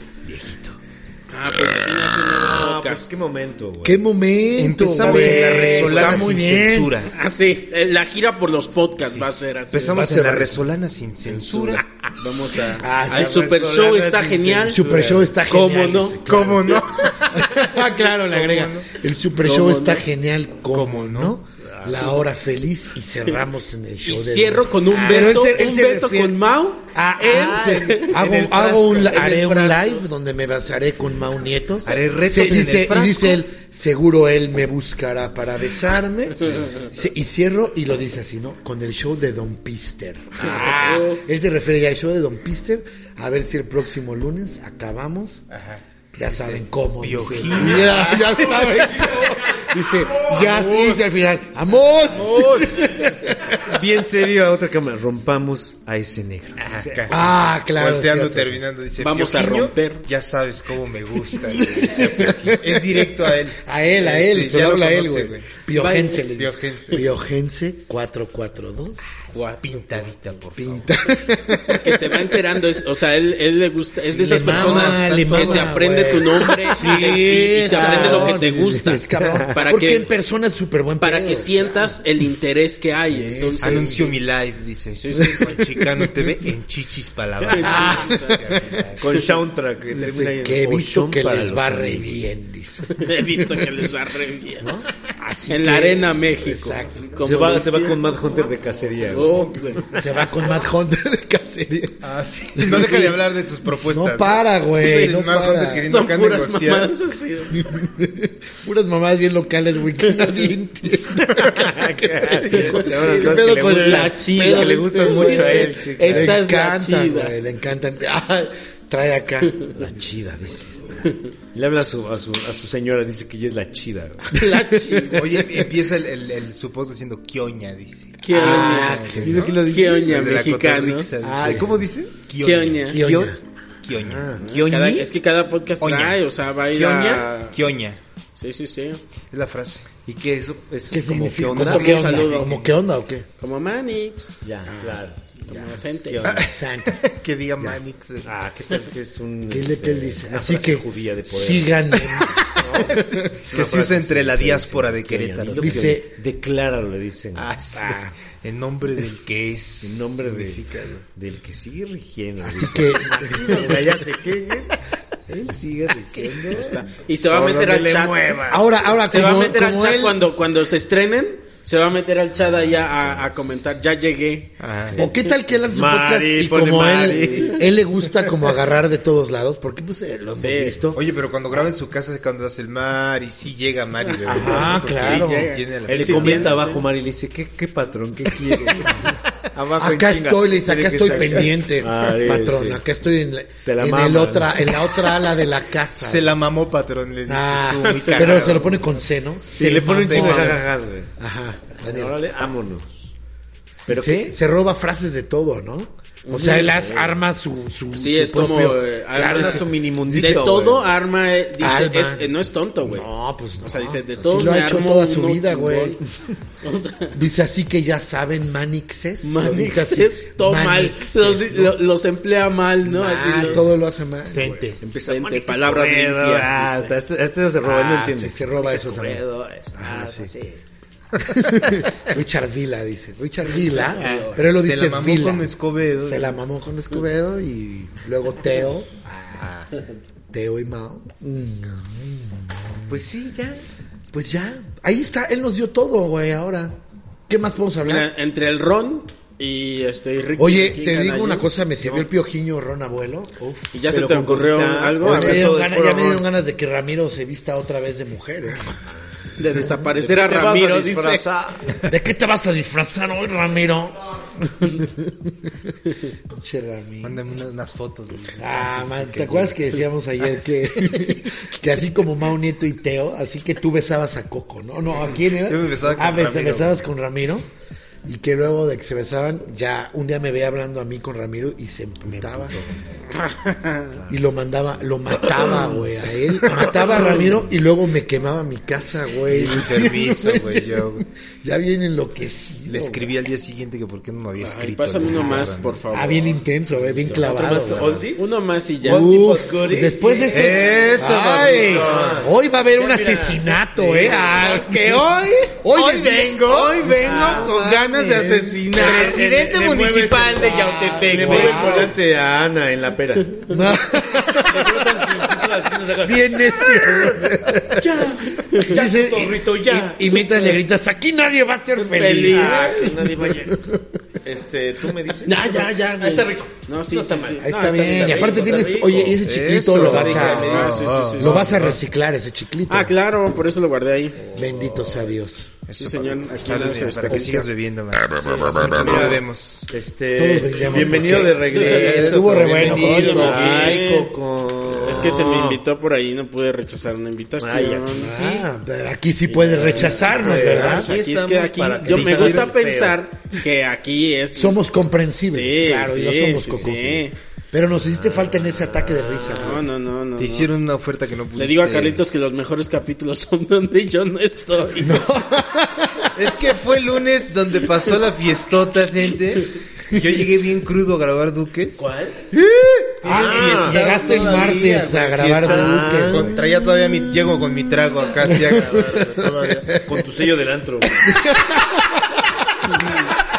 D: Ah, pues así nace el nuevo
C: Ah, pues
D: podcast.
C: qué momento, güey.
B: Qué momento.
A: empezamos
B: güey.
A: en la
B: Está
A: resolana
B: muy
A: sin
B: bien.
A: censura.
D: Ah, sí, eh, la gira por los podcasts va a ser así.
A: Empezamos
B: Va a
A: en la
B: ser-
A: resolana sin censura.
D: Vamos a.
B: Ah, sí,
D: el
B: pues,
D: Super
C: Solana
D: Show está
C: sin
D: genial.
B: El Super Show está
D: ¿Cómo
B: genial.
D: no?
B: dice, claro.
A: ¿Cómo no?
B: Ah, claro, le agrega. El Super Show
D: ¿Cómo
B: está
D: no?
B: genial. ¿Cómo,
A: ¿Cómo no?
B: no? Ah. la hora feliz y cerramos en el
D: Y
B: show. de-
D: cierro con un
B: Ah,
D: beso,
B: pero él se- él
D: un
B: se
D: beso
B: refiere-
D: con Mau.
B: Ah,
D: Él-
B: ah, en-
A: en
B: hago,
A: el
B: hago un,
A: frasco, en
B: haré
A: el
B: un
A: frasco.
B: live donde me basaré con Mau Nietos.
A: Haré retos
B: Se-
A: en el
B: dice-
A: frasco.
B: Y dice él, seguro él me buscará para besarme. Se- y cierro y lo dice así, ¿no? Con el show de Don Pister. Ah, él se refiere ya al show de Don Pister. A ver si el próximo lunes acabamos. Ya saben cómo. dice. Ya, ya saben cómo. Dice, ya sí, dice al final. ¡Amos!
C: Bien serio a otra cámara. Rompamos a ese negro.
B: Ah, claro.
A: Volteando,
B: cierto.
A: terminando, dice,
D: Vamos a
A: "Piojiño,
D: romper".
A: Ya sabes cómo me gusta. güey", dice Piojiño. es directo a él.
B: A él, a
A: Eh, Sí,
B: él,
A: ya
B: solo
A: lo
B: habla a él,
A: conoce,
B: güey. Biogense le dice.
A: Biogense.
B: Biogense 442.
A: Pintadita, por favor.
B: Pinta.
D: que se va enterando, es- o sea, él, él le gusta, es de esas
B: Le mama,
D: personas
B: le
D: que se
B: mama,
D: aprende
B: güey.
D: tu nombre y, y- y
B: es
D: se aprende lo que
B: cabrón,
D: te gusta.
B: Es cabrón.
D: Para
B: Porque
D: que,
B: en persona es súper buen
D: para
B: pedo.
D: que sientas el interés que hay. entonces,
A: Anuncio mi live, dice. Juan Chicano TV en chichis palabras.
B: Ah,
C: Con soundtrack. que termina
B: Dice
C: ahí en
B: que he visto
C: Ocean
B: que
C: para
B: les
C: los
B: va re
C: amigos.
B: bien, dice.
D: he visto que les va re bien.
B: Así
D: En
B: que-
D: la Arena México.
B: Exacto.
D: Como
C: Se va, se
D: decía-
C: va con Mad Hunter de cacería. güey.
D: Oh, güey.
B: Se va con Matt Hunter de cacería.
A: Ah, sí. No deja de hablar de sus propuestas.
B: No para, güey,
A: Es el
B: no
A: más
B: para.
A: Hunter queriendo
D: Son
A: acá
D: puras
A: negociar.
D: mamadas así.
B: Puras mamadas bien locales, güey, que nadie entiende.
C: Sí,
B: ¿Qué pedo
C: que le
B: con
C: gusta-
B: el-
D: la chida,
B: pedo
D: que le
B: de
C: gustan
B: este,
C: mucho
B: güey?
C: a él, sí,
D: claro. Esta
B: le
D: es la
B: encantan,
D: chida.
B: güey, le encantan. Ah, trae acá. La chida, dice.
C: Le habla a su, a, su, a su señora, dice que ella es la chida. güey.
D: La chida.
A: Oye, empieza el, el, el su post diciendo Kioña, dice.
D: Qué
B: Ah,
D: oña.
B: qué
C: Dice que lo dice.
D: Qué oña,
A: El de la
D: mexicanos.
A: Cotorrixa, dice.
C: Ay, ¿cómo dice?
D: Qué oña.
B: ¿Qué oña?
A: Kioña.
C: ¿Kioñi?
D: Cada- es que cada podcast
A: Oña.
D: trae, o sea, va a ir a...
A: Kioña.
D: Sí, sí, sí.
A: Es la frase.
C: ¿Y qué eso? Eso
B: ¿Qué
C: es como que
B: significa?
C: onda.
B: ¿Cómo qué
D: Como un
B: onda?
D: saludo.
B: ¿Cómo qué onda o qué?
D: Como Manix,
C: Ya, claro.
D: como gente.
A: que diga Manix. eh.
C: Ah, ¿qué tal que es un...
B: ¿Qué es lo que él dice?
C: Este, una
B: Así
C: frase
B: que
C: judía de poder.
B: sigan.
A: que se usa entre la diáspora de Querétaro.
B: Dice-
C: Dice, decláralo, le dicen.
A: Ah, sí. En nombre del que es.
C: En nombre de,
A: Significa,
C: del que sigue rigiendo.
B: Así
C: dice.
B: que
C: O sea, ya se quejen. Él sigue rigiendo.
D: Y se va a
C: Por
D: meter
C: donde
D: al
C: le
D: chat.
C: mueva.
B: ahora, ahora
D: Se va a
B: como,
D: meter al
B: como
D: chat
B: él,
D: cuando, cuando se estrenen. Se va a meter al chat allá a, a comentar. Ya llegué.
A: Ah,
B: o qué tal que él hace su
C: Mari,
B: podcast y
C: pone
B: como él,
C: Mari.
B: él le gusta como agarrar de todos lados, porque pues eh, lo hemos
D: Sí.
B: visto.
A: Oye, pero cuando graba en su casa es cuando hace el mar y sí llega mar y de verdad.
B: Ajá,
A: Porque
B: claro.
A: sí, sí tiene la-
C: Él le
D: Sí,
C: comenta
D: tiene,
C: abajo, Mari, le dice, ¿qué, qué patrón? ¿Qué quiere? abajo en
B: Acá
C: chinga.
B: estoy, le dice,
C: Tiene
B: acá
C: que
B: estoy
C: sacar.
B: pendiente,
C: Mari,
B: patrón.
C: sí.
B: Acá estoy en la,
C: Te la
B: en
C: mamas.
B: el otra, en la otra ala de la casa.
A: Se la mamó, patrón, le dice.
B: Ah,
A: estuvo muy
B: pero
A: cagado.
B: se lo pone con C, ¿no?
C: Se le pone un
A: mamá.
C: chingo de jajajas, güey.
B: Ajá, Daniel.
C: Órale, vámonos. ¿Pero
B: se,
C: qué?
B: se roba frases de todo, ¿no? O sea, él as- arma su, su,
D: Sí,
B: su
D: es como, eh,
B: claro,
D: arma
B: sí.
C: su mini mundito,
D: De
C: güey.
D: todo arma. eh, Dice,
B: Alma.
D: es- eh, no es tonto, güey.
B: No, pues no.
D: O sea, dice, de
B: Así
D: todo
B: lo
D: me
B: ha hecho
D: armo
B: toda su
D: uno
B: vida,
D: chingón.
B: güey.
D: O sea,
B: Dice así que ya saben, Manixes. lo dice
D: Manix
B: así.
D: es todo mal.
B: Manixes,
D: Los,
B: ¿no?
D: lo- los emplea mal, ¿no?
B: Ah,
D: Así los-
B: todo lo hace mal. güey.
A: Gente.
C: Empieza
D: Entre
C: Mónica
D: palabras
C: Escobedo,
D: limpias,
C: ah,
D: dice.
C: hasta este, este se roba, no
B: Ah,
C: entiende.
B: sí, se roba eso también.
C: Escobedo, es-
B: Ah,
C: ah,
B: sí.
C: sí.
B: Richard Vila dice. Richard Vila. Pero él lo
A: Se
B: dice
A: la mamó
B: Vila.
A: con Escobedo.
B: Se la mamó con Escobedo y luego Teo. Teo y Mao.
C: Pues sí, ya.
B: Pues ya. Ahí está. Él nos dio todo, güey, ahora. ¿Qué más podemos hablar?
D: Mira, entre el ron y este y Ricky.
B: ¿Ah? Oye,
D: Ricky
B: te digo
D: Canallín.
B: una cosa, me sirvió el piojiño Ron Abuelo. Uf.
D: ¿Y ya se
C: Pero
D: te
C: con
D: ocurrió
C: coquita.
D: algo?
C: Oye,
D: A
B: Ya me
D: ver,
B: dieron
C: todo es
B: ganas-
C: puro
B: ya me dieron
C: Ron.
B: ganas de que Ramiro se vista otra vez de mujer. ¿eh?
D: de desaparecer a Ramiro, dice.
B: ¿De qué te vas a disfrazar hoy, Ramiro? che, Ramiro.
A: Mándame unas, unas fotos. güey.
B: Ah, man,
A: Dice
B: ¿te acuerdas que decíamos ayer
A: Ah,
B: que, que así como Mau Nieto y Teo, así que tú besabas a Coco, ¿no? No, ¿a quién era?
A: Yo me besaba con
B: ah, bes-
A: Ramiro.
B: besabas con Ramiro. Y que luego de que se besaban, ya un día me veía hablando a mí con Ramiro y se emputaba. Y lo mandaba, lo mataba, güey, a él. Mataba a Ramiro y luego me quemaba mi casa, güey.
A: Sin permiso, güey, yo.
B: Ya bien enloquecido.
A: Le escribí al día siguiente que por qué no me había
D: Ay,
A: escrito.
D: pásame
A: güey.
D: uno más, por favor.
B: Ah, bien intenso, güey, bien clavado.
C: Tomás
B: güey.
C: Oldie.
D: Uno más y ya.
B: Uf, después de este...
A: Eso,
B: Ay,
A: mamita.
B: hoy va a haber un asesinato, ¿eh? Ah, que hoy... Hoy, vengo...
D: Hoy vengo Ah, con ganas de asesinar.
A: Presidente
C: Le- le
A: municipal de
C: mueves el- Le
A: Yautepec.
C: mueve el
A: güey.
C: volante a Ana en la pera.
B: No,
C: Le brotan sus- sus- así nos agarra.
B: bien necio. güey. Ya, se-
D: Torrito, ya.
B: Y, y mientras le gritas, aquí nadie va a ser feliz.
D: Ah,
F: nadie vaya. Este, tú me dices.
D: Ya, ya,
B: Ah,
D: ya.
F: Ahí está rico.
D: No, sí,
F: No
D: sí,
F: está
D: sí.
F: mal.
B: Ahí
D: No,
B: está bien.
D: bien,
B: y aparte
D: rico,
B: tienes,
D: está rico.
B: oye, y ese chiquito
A: Eso,
B: lo
A: está
B: vas
A: rico,
B: a,
D: Ah, sí, sí, sí,
B: lo
D: sí.
B: vas a reciclar, ese chiquito.
D: Ah, claro, por eso lo guardé ahí.
B: Bendito sea Dios.
D: Sí, señor. Aquí
A: Salud,
D: no
A: mira, para
D: se
A: que
D: desperdicia.
A: sigas bebiendo más. Sí, sí, ya vemos.
D: Eh,
B: Todos
C: Este,
B: vendíamos
C: bienvenido
B: porque- eh,
C: de regreso.
B: Estuvo re bueno.
C: Bienvenido,
D: Coco.
C: Ay,
D: Sí.
C: Coco.
D: Es que se me invitó por ahí, no pude rechazar una invitación. Pues,
B: Ah, pero aquí sí puedes rechazarnos, ¿verdad?
D: Aquí, es que
C: estamos
D: aquí
C: para que
D: yo
C: te
D: me
C: salga
D: gusta
C: el feo.
D: pensar que aquí es
B: Somos comprensibles,
D: Sí,
B: claro, y
D: sí,
B: lo somos,
D: sí,
B: Coco.
D: sí.
B: Pero nos hiciste falta en ese ataque de risa.
D: No, no, no, no.
A: Te
D: no.
A: hicieron este una oferta que no pudiste.
D: Le digo a Carlitos que los mejores capítulos son donde yo no estoy.
A: Es que fue el lunes donde pasó la fiestota, gente. Yo llegué bien crudo a grabar Duques.
F: ¿Cuál?
B: Ah, llegaste el martes a grabar Duques.
A: Duques. Ah, Traía todavía mi... Llego con mi trago acá, sí, a grabar. güey, todavía.
C: Con tu sello del antro. güey.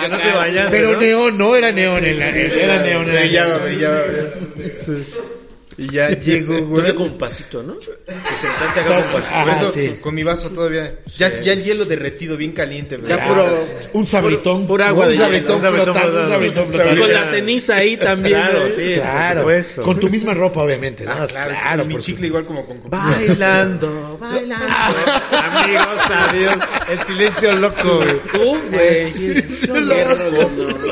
C: que no te bañaste,
B: Pero
C: ¿no?
B: neón, no era neón, en la- era neón. era
A: Brillaba,
B: neón.
A: brillaba, brillaba. Sí. Y ya llego, güey.
C: Todavía con un pasito, ¿no? Te sentaste acá con pasito.
A: Por
B: Ajá,
A: eso,
B: sí.
A: con mi vaso todavía. Ya, ya el hielo derretido, bien caliente, güey.
D: Ya puro,
B: Un sabritón.
D: pura agua
B: este, un
D: de
B: sabritón
C: Un sabritón
B: flotando, un
C: flotando.
B: sabritón
C: Un
D: y
B: flotando.
D: con la ceniza ahí también.
C: Claro,
D: ¿eh?
C: sí.
B: Claro,
C: por supuesto.
B: con tu misma ropa, obviamente. ¿no?
A: Ah,
B: claro,
A: claro, y mi
B: por
A: chicle igual como con...
C: Bailando, bailando. Amigos, adiós. El silencio loco, güey.
D: Tú, güey. Qué rico, no.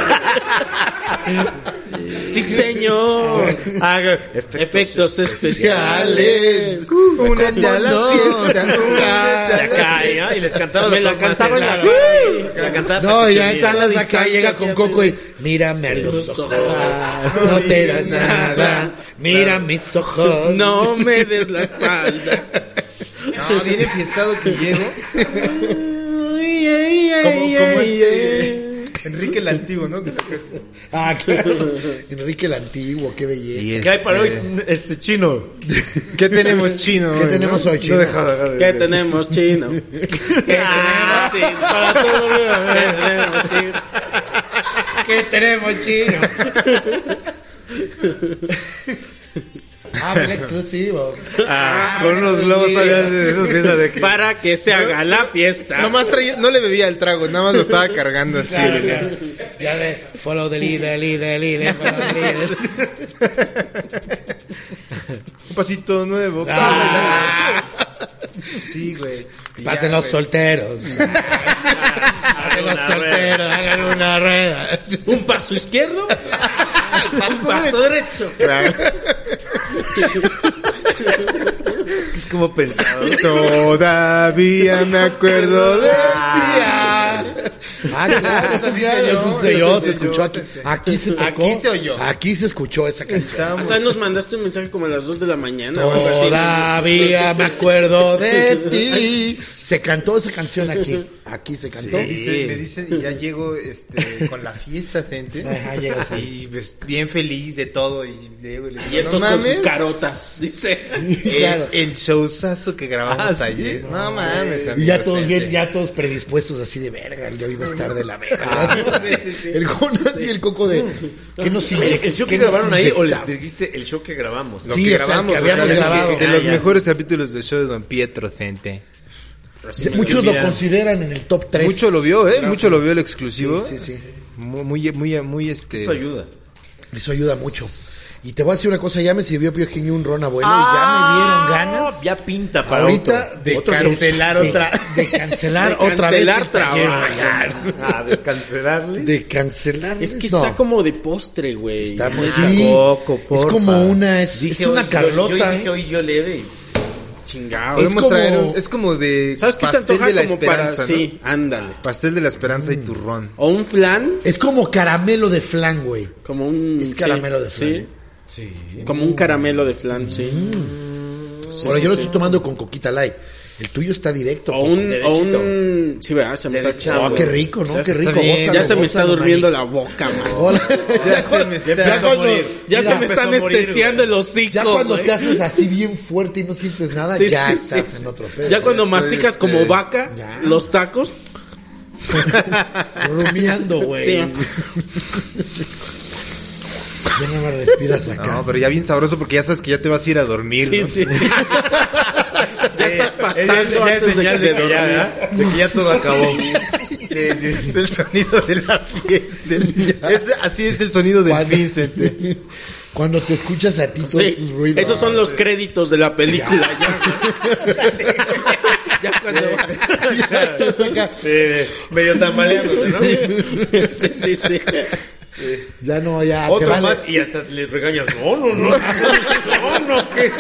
D: Sí, señor.
C: Ah, efectos
D: Efectos especiales.
A: Especiales.
B: Uh,
A: Únete a la fiesta, únete
C: De
A: a la-
C: acá, ¿eh? Y les cantaba
D: Me
C: de
D: la
C: forma
D: cantaba en la
C: celular, ¿eh? La cantaba
B: supuesto. No,
C: para que
B: ya
C: se
B: esa la
C: viera.
B: acá llega con Coco y mírame a los ojos. No te da nada. Mira mis ojos.
D: No me des la espalda.
A: No, viene fiestado que llego.
D: Ay, ay, ay,
A: Como, como
D: ay, ay.
A: este... Enrique el Antiguo, ¿no?
B: Ah, claro. Enrique el Antiguo, qué belleza.
C: ¿Qué hay para hoy? Este chino.
A: ¿Qué tenemos chino?
B: ¿Qué tenemos hoy, chino?
D: ¿Qué tenemos, chino? ¿Qué
C: Ah,
D: tenemos, chino? Para todo, ¿Qué tenemos, chino?
B: ¿Qué tenemos, chino? Habla Ah, exclusivo.
C: Ah, con unos globos había de esos piezas de que.
D: Para que se haga la fiesta.
A: Nomás traía, no le bebía el trago, nada más lo estaba cargando así.
B: Claro,
A: güey.
B: claro. Ya de follow the leader, leader, leader, follow the leader.
A: Un pasito nuevo.
B: Ah.
A: Sí, güey. Y ya,
B: Pasen los
A: güey.
B: solteros. Pasen los solteros, hagan una rueda.
D: Un paso izquierdo. Un paso derecho.
A: Claro.
C: Es como pensado.
A: Todavía me acuerdo de ti.
B: Ah, claro,
A: Eso sí
B: claro,
A: se oyó,
B: eso
A: eso sí
B: sí se oyó, se
A: se
B: escuchó
A: oyó.
B: aquí. Aquí se tocó,
A: Aquí se oyó.
B: Aquí se escuchó esa canción.
A: Estábamos-
D: Entonces nos mandaste un mensaje como a las 2 de la mañana. o algo así, ¿no?
B: Todavía me acuerdo de ti. Se cantó esa canción aquí. Aquí se cantó.
A: Me dicen, me dicen, y ya llego este, con la fiesta, gente.
B: Ajá, llegas ahí.
A: y pues, bien feliz de todo. Y, le digo, le digo,
D: Y estos
A: "No
D: con sus
A: mames,
D: carotas, dice.
A: El,
B: Claro. Ah,
A: el showzazo que grabamos ayer. No, mames,
B: Y
A: amigo,
B: ya todos
A: gente.
B: bien, ya todos predispuestos así de verga, yo iba a estar de la verga.
D: sí, sí, sí.
B: El Jonas y el Coco de ¿qué nos
C: Oye,
B: inyec-
C: ¿El show
B: qué
C: que
B: nos
C: grabaron ahí o les
B: inyectamos?
C: dijiste el show que grabamos?
A: Lo
B: Sí,
A: que
B: o sea,
A: grabamos, o
B: que habíamos
A: sea,
B: grabado.
A: De los
C: Ah, ya.
A: mejores capítulos del show de Don Pietro, gente.
B: Muchos lo
C: Mira.
B: consideran en el top 3.
A: Mucho lo vio, ¿eh? Mucho lo vio el exclusivo.
B: Sí, sí, sí.
A: Muy, muy, muy, muy, este...
C: Esto ayuda.
B: Eso ayuda mucho. Y te voy a decir una cosa, ya me sirvió Piojiño un ron abuelo y
D: Ah.
B: ya me dieron ganas.
C: Ya pinta para
B: ahorita
C: otro.
B: de
C: Otro show.
B: cancelar otra de cancelar
D: De
B: otra vez
D: cancelar
B: el taller,
D: trabajar.
B: güey.
C: Ah, descancelarle.
B: De cancelar.
D: Es que
B: no.
D: está como de postre, güey.
B: Está muy-
D: Neta.
B: sí,
C: Coco,
B: es
C: porfa.
B: como una es, es una
F: hoy yo-
B: Carlota.
F: Yo,
B: ¿eh?
F: dije hoy yo leve.
D: Chingado.
A: Podemos
B: Es como-
A: traer un- es como de
D: ¿Sabes qué se
A: pastel
D: antoja
A: de la
D: como para...?
A: esperanza, ¿no?
D: Sí, ándale.
A: Pastel de la esperanza
B: Mm.
A: y turrón.
D: O un flan,
B: Es como caramelo de flan, güey.
D: como un...
B: Es
D: sí,
B: caramelo de flan,
D: Sí. Como un caramelo de flan, sí. Sí,
B: Ahora
D: sí,
B: Mm. yo lo
D: sí.
B: estoy tomando con coquita light. El tuyo está directo.
D: O
B: Coco.
D: un... O un... Sí, ¿verdad? Se me está
B: Oh,
D: acabando.
B: qué rico, ¿no? Qué rico.
A: está bien.
B: Gózalo,
D: Ya se me está
B: gózalo,
D: durmiendo la
B: manito.
D: boca, man.
B: Hola.
A: Ya se me está-
B: ya cuando,
D: Ya
B: mira,
D: se me
C: empezó
D: está
C: a morir,
D: anestesiando el hocico,
B: ya cuando
D: güey.
B: te haces así bien fuerte y no sientes nada,
D: Sí,
B: ya
D: sí,
B: estás
D: sí.
B: en otro pedo.
D: Ya cuando
A: Estoy,
D: masticas
A: este,
D: como vaca
B: ya.
D: los tacos.
B: Rumiando, güey.
D: Sí.
B: Ya no me respiras acá.
A: No, pero ya bien sabroso porque ya sabes que ya te vas a ir a dormir.
D: Sí,
A: ¿no?
D: sí. Ya estás
A: Ya es,
D: pastando
A: ya es
D: antes de
A: señal de,
D: que
A: que
D: te
A: ya,
D: dormí.
A: ¿verdad? de que ya todo acabó. Sí, sí, sí. Es el sonido de la fiesta. del- es- así es el sonido del fin, gente.
B: Cuando te escuchas a ti todos tus
D: Sí,
B: ruidos.
D: esos son los créditos de la película. Ya, ya cuando...
C: Medio tambaleando, ¿no?
D: Sí, sí, sí.
B: Ya no, ya te
C: Otro
B: vale.
C: más y hasta le regañas. No, no, no. No, no, ¿qué?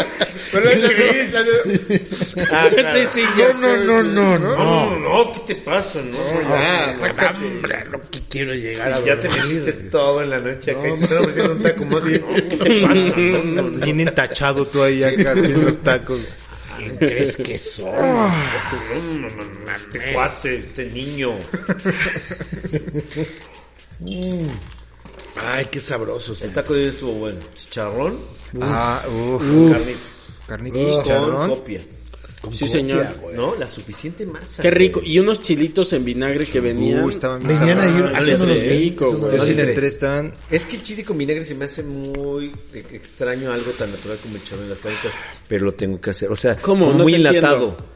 D: Sí, sí, ya.
B: No, no, no, no.
F: No, no, ¿qué te pasa? No,
B: Ah, sácate.
C: Ya te metiste todo en la noche acá. y te están ofreciendo un taco más. y, no, ¿qué te pasa? No, no, no.
A: Tienen tachado tú ahí acá haciendo los tacos.
B: ¿Crees que son?
C: No, no, no, este cuate, este niño.
B: Ay, qué sabrosos.
F: El taco de hoy estuvo bueno. Chicharrón
A: Ah, uff.
F: carnitas.
A: Carnitas
B: Uf.
F: Con
A: chicharrón.
F: copia.
D: Sí, señor.
F: ¿No? La suficiente masa.
D: Qué rico. Y unos chilitos en vinagre que venían.
A: Uh, estaban bien
B: Venían ahí
A: sabrosos.
B: haciendo los
D: rico,
B: bichos.
A: Yo
B: ¿no?
A: sí le
F: Oye,
A: entré, estaban...
F: Es que el chile con vinagre se me hace muy e- extraño algo tan natural como el chorro en las carnitas, pero lo tengo que hacer. O sea,
D: ¿Cómo?
F: como
D: No
F: muy
D: te
F: enlatado.
D: entiendo.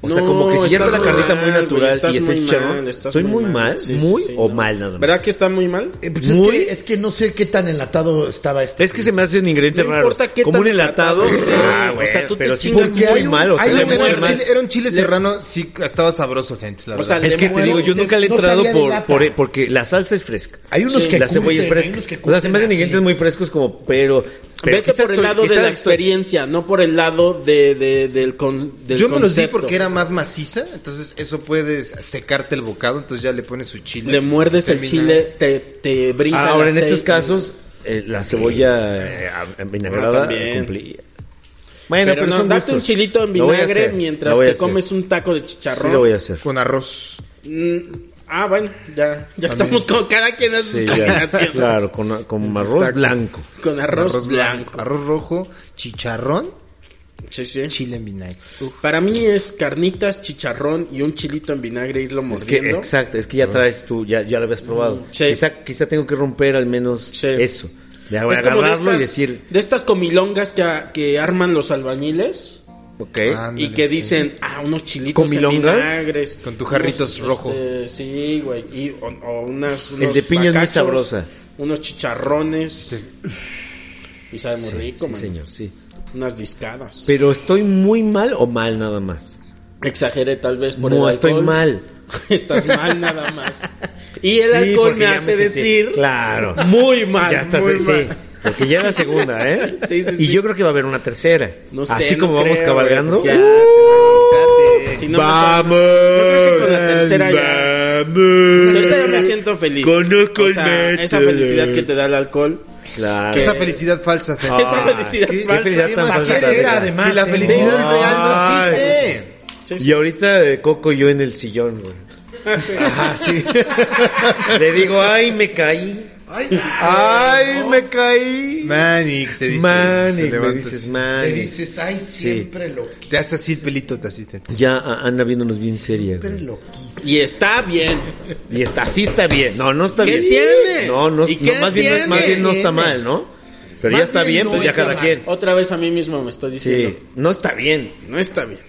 F: O sea,
D: No,
F: como que si ya
D: estás
F: está la carnita
D: mal,
F: muy
D: güey,
F: natural
D: estás
F: y es
D: muy
F: el
D: mal,
F: chorro,
D: estás
F: ¿soy muy mal?
D: Sí, sí,
F: ¿Muy
D: sí,
F: o
D: no.
F: mal nada más?
D: ¿Verdad que está muy mal?
B: Eh, pues es
C: Muy-
B: que- Es que no sé qué tan enlatado estaba este.
C: Es que se me hace un ingrediente
D: No
C: raro.
D: importa qué
C: Como
D: tan
C: un enlatado.
D: enlatado esté.
C: Ah,
D: O
C: güey,
D: sea, tú te
C: pero sí
D: chingas
C: está
B: porque hay
C: muy
B: un-
C: mal. O sea,
A: Ahí
C: le
A: era, un
C: muere mal.
A: chile, era un chile serrano, sí, estaba sabroso, gente, la
D: O
A: verdad.
D: sea,
C: Es que te
D: muero.
C: digo, yo
B: se-
C: nunca le he
B: no
C: entrado
B: sabía de
C: por,
B: lata.
C: por- e-, porque la salsa es fresca.
B: Hay unos
C: Sí.
B: que
C: La cebolla es
B: curten, hay
C: fresca.
B: unos que
C: o sea, se me hacen
B: curten
C: ingredientes
B: así.
C: muy frescos como, pero... pero
D: Vete
C: quizás
D: por el
C: estoy-
D: lado de
C: quizás
D: la
C: estoy-
D: experiencia, no por el lado de, de- del, con, del
A: Yo me los di
D: concepto.
A: porque era más maciza, entonces eso puedes secarte el bocado, entonces ya le pones su chile.
D: Le muerdes el
A: Termina-
D: chile, te, te brinca.
C: Ah, Ahora, en
D: el
C: estos
D: aceite.
C: casos, eh, la cebolla eh,
D: Ah,
C: vinagrada
D: también.
C: cumplía. Bueno,
D: pero no,
C: son
D: date un
C: gustos.
D: chilito en
C: Lo voy a
D: vinagre
C: hacer, lo
D: mientras
C: voy a
D: te
C: hacer.
D: comes un taco de
C: Sí, lo
D: chicharrón.
C: voy a hacer.
A: Con arroz.
D: Mm, ah, bueno, ya, ya estamos con cada quien hace
C: Sí,
D: sus
C: ya.
D: combinaciones.
C: Claro, con, con arroz
A: Tacos.
C: blanco.
D: Con arroz, blanco.
A: Arroz rojo, chicharrón,
D: Sí, sí.
A: chile en vinagre.
D: Para mí es carnitas, chicharrón y un chilito en vinagre irlo
C: Es que,
D: mordiendo. Ah. Mm,
C: exacto, es que ya traes tú, ya, ya lo habías probado.
D: sí.
C: Quizá, quizá tengo que romper al menos
D: Sí.
C: eso. Ya voy
D: Es
C: a
D: como de
C: agarrarlo
D: estas,
C: y decir,
D: de estas comilongas que, que arman los albañiles
C: ok.
A: Ándale,
D: y que
A: sí.
D: dicen, ah, unos chilitos en
C: ¿Comilongas?
D: vinagres.
A: Con tu jarritos
D: Unos,
A: rojo.
D: este, sí, güey. Y, o, o unas, unos
C: de piña es muy
D: bacachos,
C: sabrosa.
D: Unos chicharrones. Y sabe muy rico,
C: Sí,
D: man.
C: señor, sí.
D: Unas discadas.
C: Pero estoy muy mal o mal nada más.
D: Exageré tal vez por el
C: no,
D: alcohol.
C: estoy mal.
D: Estás mal nada más. Y el
C: Sí,
D: alcohol
C: porque
D: me
C: ya
D: hace
C: sentí-
D: decir...
C: Claro.
D: Muy mal.
C: ya estás,
D: muy
C: sí.
D: mal.
C: Porque ya es la segunda, ¿eh?
D: Sí, sí,
C: y
D: sí.
C: yo creo que va a haber una tercera.
D: No sé,
C: Así
D: no
C: como vamos
D: creo,
C: cabalgando.
D: güey, ya,
A: Date.
D: Si no me sale- Yo creo que con la tercera ya.
C: ¡Vamos!
D: Ahorita ya me siento feliz.
C: Conozco
D: O
C: el
D: sea,
C: método.
D: Esa felicidad que te da el alcohol.
C: Claro.
A: Esa felicidad falsa, gente.
D: Esa felicidad
A: qué-
D: falsa.
C: qué felicidad tan
A: más
C: falsa
A: quieres?
C: tan rica.
A: Si la
D: ¿eh?
B: Sí.
A: felicidad
C: Ay.
A: real no existe.
D: Sí, sí.
C: Y ahorita eh, Coco y yo en el sillón, güey.
A: Ajá, sí.
C: Le digo, ay, me caí. Ay, me caí.
A: Manix te dice.
C: Manix,
A: se
C: me
A: levanta
C: dices,
A: así.
B: Le
C: Manix.
B: dices, ay, siempre lo
A: Te hace así el pelito, te así. te-
C: Ya a- anda viéndonos bien seria.
B: siempre
C: güey.
B: lo quise.
D: Y está bien.
C: Y está, así está bien. No, no está
D: ¿Qué
C: bien.
D: tiene?
C: No, no,
D: ¿Y
C: no,
D: qué
C: más, bien, no- más
D: tiene?
C: bien no está mal, ¿no? Pero
B: Más
C: ya está
B: bien
C: bien,
B: no
C: pues ya
B: está
C: cada
B: mal.
C: quien.
D: Otra vez a mí mismo me estoy diciendo.
C: Sí, no está bien.
D: No está bien.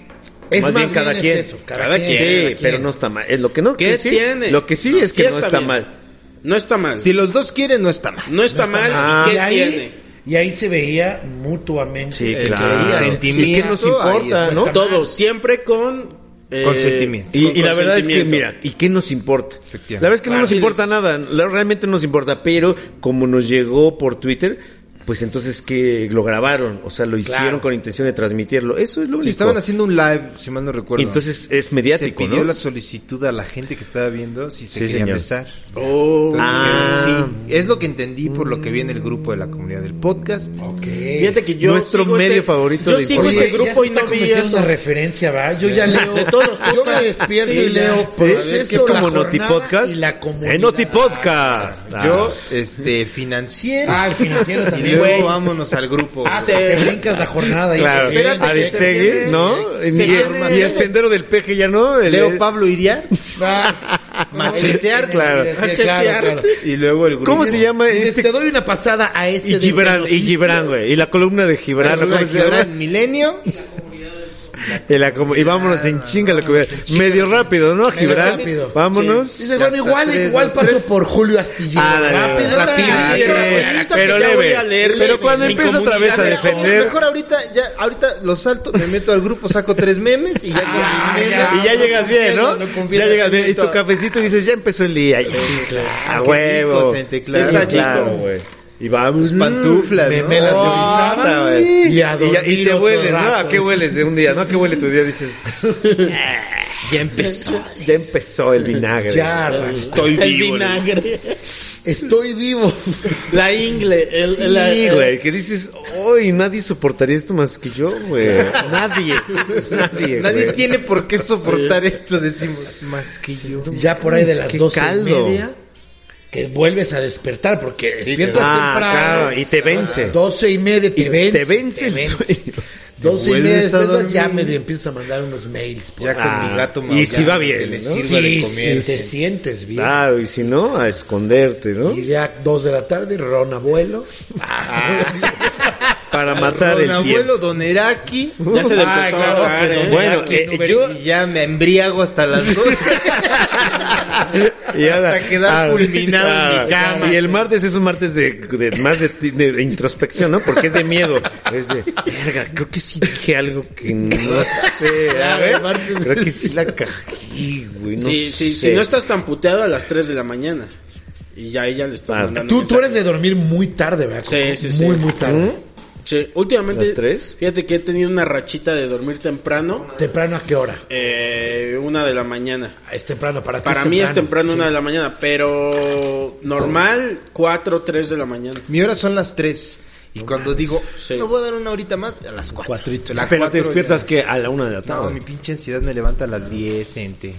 B: Es
C: más,
B: más,
C: bien cada quien.
B: es eso, cada,
C: Sí,
B: quien. cada quien.
C: pero no está mal. Es lo que no.
D: ¿Qué
C: que sí,
D: tiene?
C: Lo que sí
D: No,
C: es que
D: sí
C: no
D: está
C: está
D: bien.
C: mal.
D: No está mal.
A: Si los dos quieren, no está mal.
D: no está mal.
C: mal.
D: ¿Y
B: Y
D: qué
B: ahí,
D: tiene?
B: y ahí se veía mutuamente.
C: Sí,
B: el
C: claro.
B: querer.
A: Sentimiento,
C: ¿Y qué nos importa,
A: ahí
C: no?
D: Todo, siempre con... eh,
A: Consentimiento.
C: Y,
D: con
C: y la verdad es que,
D: consentimiento.
C: mira, ¿y qué nos importa?
A: Efectivamente.
C: La verdad es que no nos
D: Fáciles.
C: importa nada, la- realmente no nos importa, pero como nos llegó por Twitter, pues entonces que lo grabaron, o sea, lo hicieron con intención de transmitirlo, eso es lo único.
A: Sí, estaban haciendo un live, si mal no recuerdo.
C: Entonces es mediático,
A: Se pidió
C: ¿no?
A: la solicitud a la gente que estaba viendo si se
C: Sí,
A: querían
C: señor.
A: besar.
D: Oh,
A: Entonces,
C: Ah.
A: sí, es lo que entendí por lo que vi en el grupo de la comunidad del podcast.
D: fíjate que yo
C: Nuestro
D: sigo
C: medio
D: ese-
C: favorito
D: Yo
C: de
D: sigo
C: información.
D: ese
B: ya
D: grupo y
B: se está
D: no vi
B: cometiendo
D: eso.
B: una referencia, va. Yo ya leo.
D: De todos los
B: Yo me
D: podcasts.
B: despierto
D: Sí,
B: y
D: ya.
B: leo.
C: Sí,
B: proceso,
C: que es
B: la
C: como
B: jornada
C: Notipodcast.
B: Y la comunidad.
C: En Notipodcast. Ah.
A: Yo, este, financiero.
B: Ah, el financiero
A: y
B: también.
A: luego
D: güey.
A: vámonos al grupo.
B: Ah,
D: Sí.
B: te brincas la jornada. y
C: Ah, Claro,
B: eso,
D: Espérate que se
C: Aristegui,
D: viene.
C: ¿no? Y,
D: Se viene.
C: y el sendero del peje ya no. El-
A: Leo Pablo Iriar.
B: Ah,
A: Machetear,
C: claro.
B: Sí, claro, claro.
A: Y luego el grupo.
C: ¿Cómo se llama
B: Dices, Te
C: este?
B: doy una pasada a ese.
C: Y
B: de
C: Gibran, y
B: Noticia.
C: Gibran, güey. Y la columna de Gibran. ¿no? ¿Cómo se llama?
A: Milenio.
C: Y, la com- y vámonos en chinga la comida. Medio rápido, ¿no, Gibran?
B: rápido.
C: Vámonos. Ah,
B: Dice, bueno, igual,
A: tres,
B: igual
A: los
B: paso por Julio Astillero.
C: Ándale,
A: Rápido,
C: rápido,
A: rápido,
C: ándale.
D: rápido,
C: Pero
D: que ya voy
C: leve.
D: a leer
C: Pero
D: mi-
C: cuando
D: mi
C: empieza otra vez a
D: comunidad.
C: defender.
A: Mejor ahorita, ya, ahorita lo salto, me meto al grupo, saco tres memes y ya con mis memes-
C: Y Ah, ya llegas bien, ¿no?
A: Cuando
C: Ya
A: confieso,
C: llegas bien. Y
A: meto
C: tu
A: a-
C: cafecito y dices, ya empezó el día. Sí, claro. A huevo.
A: rico, gente,
C: Sí,
A: claro,
C: está
A: claro.
C: rico, güey. Y vamos.
A: Pantuflas, ¿no?
B: Memelas de
C: Oh, anda, güey.
B: Ah, Y a
C: Y, ya- y
B: dormir
C: te
B: otro
C: hueles, ¿no?
B: rato.
C: ¿A qué hueles de un día? ¿No? ¿A qué huele tu día? Dices,
E: Ya empezó.
C: ya empezó el vinagre.
B: Ya, Rafa,
C: estoy
D: El
C: vivo. güey.
D: vinagre.
B: estoy vivo.
D: La ingle. El,
C: Sí,
D: la-
A: eh,
D: el-
C: güey, que dices, hoy nadie soportaría esto más que yo, güey. Nadie, nadie,
A: Nadie
C: güey.
A: tiene por qué soportar esto, decimos. Más que yo.
B: Ya por ahí de
C: Es
B: las
C: que
B: dos y
C: caldo.
B: media, que vuelves a despertar, porque despiertas
C: Ah,
B: temprano.
C: claro, y te vence.
B: Ah, Doce y media te vence.
C: Te vence el sueño.
B: Doce y
A: Vuelves
B: media
A: a
B: despiertas,
A: dormir.
B: ya me empiezas a mandar unos mails. por-
A: Ya con
C: Ah,
A: mi gato
C: y
A: maullando,
C: si va bien,
A: que le
C: ¿no?
A: sirva de
B: Sí,
A: comer.
B: sí, te sientes bien.
D: Ah.
C: Claro, y si no, a esconderte, ¿no?
B: Y ya dos de la tarde, Ron Abuelo.
C: Para matar
A: Don
C: el
A: abuelo
C: tiempo.
A: Don Eraki. Ah,
D: Ya se le empezó a
B: Ah,
D: ahogar, ¿eh?
C: Bueno, eh, yo...
A: Y ya me embriago hasta las 12.
C: y ahora-
A: hasta quedar fulminado en mi cama.
C: ah, Y el martes es un martes de, de- más de, ti- de- de introspección, ¿no? Porque es de miedo. Es de, verga, creo que sí dije algo que no sé. a ver, creo que sí la cají, güey, no
D: sí, sí,
C: sé.
D: si no estás tan puteado a las 3 de la mañana. Y ya ella le está
C: Vale.
D: mandando.
B: Tú, tú
D: mensaje.
B: eres de dormir muy tarde, ¿verdad?
D: Sí, sí, ¿Mm? sí.
B: Muy, muy tarde.
D: Sí, últimamente.
C: ¿Las tres?
D: Fíjate que he tenido una rachita de dormir temprano.
B: ¿Temprano a qué hora?
D: Eh, una de la mañana.
B: Es temprano para ti.
D: Para mí es temprano una de la mañana, pero normal 4 3 de la mañana.
A: Mi hora son las 3. Y cuando digo,
D: Sí.
A: no voy a dar una horita más, a las 4.
B: Pues,
A: La
C: Pero te
A: cuatro
C: despiertas
A: ya.
C: que a la una de la
A: No,
C: tarde.
A: mi pinche ansiedad me levanta a las 10, gente.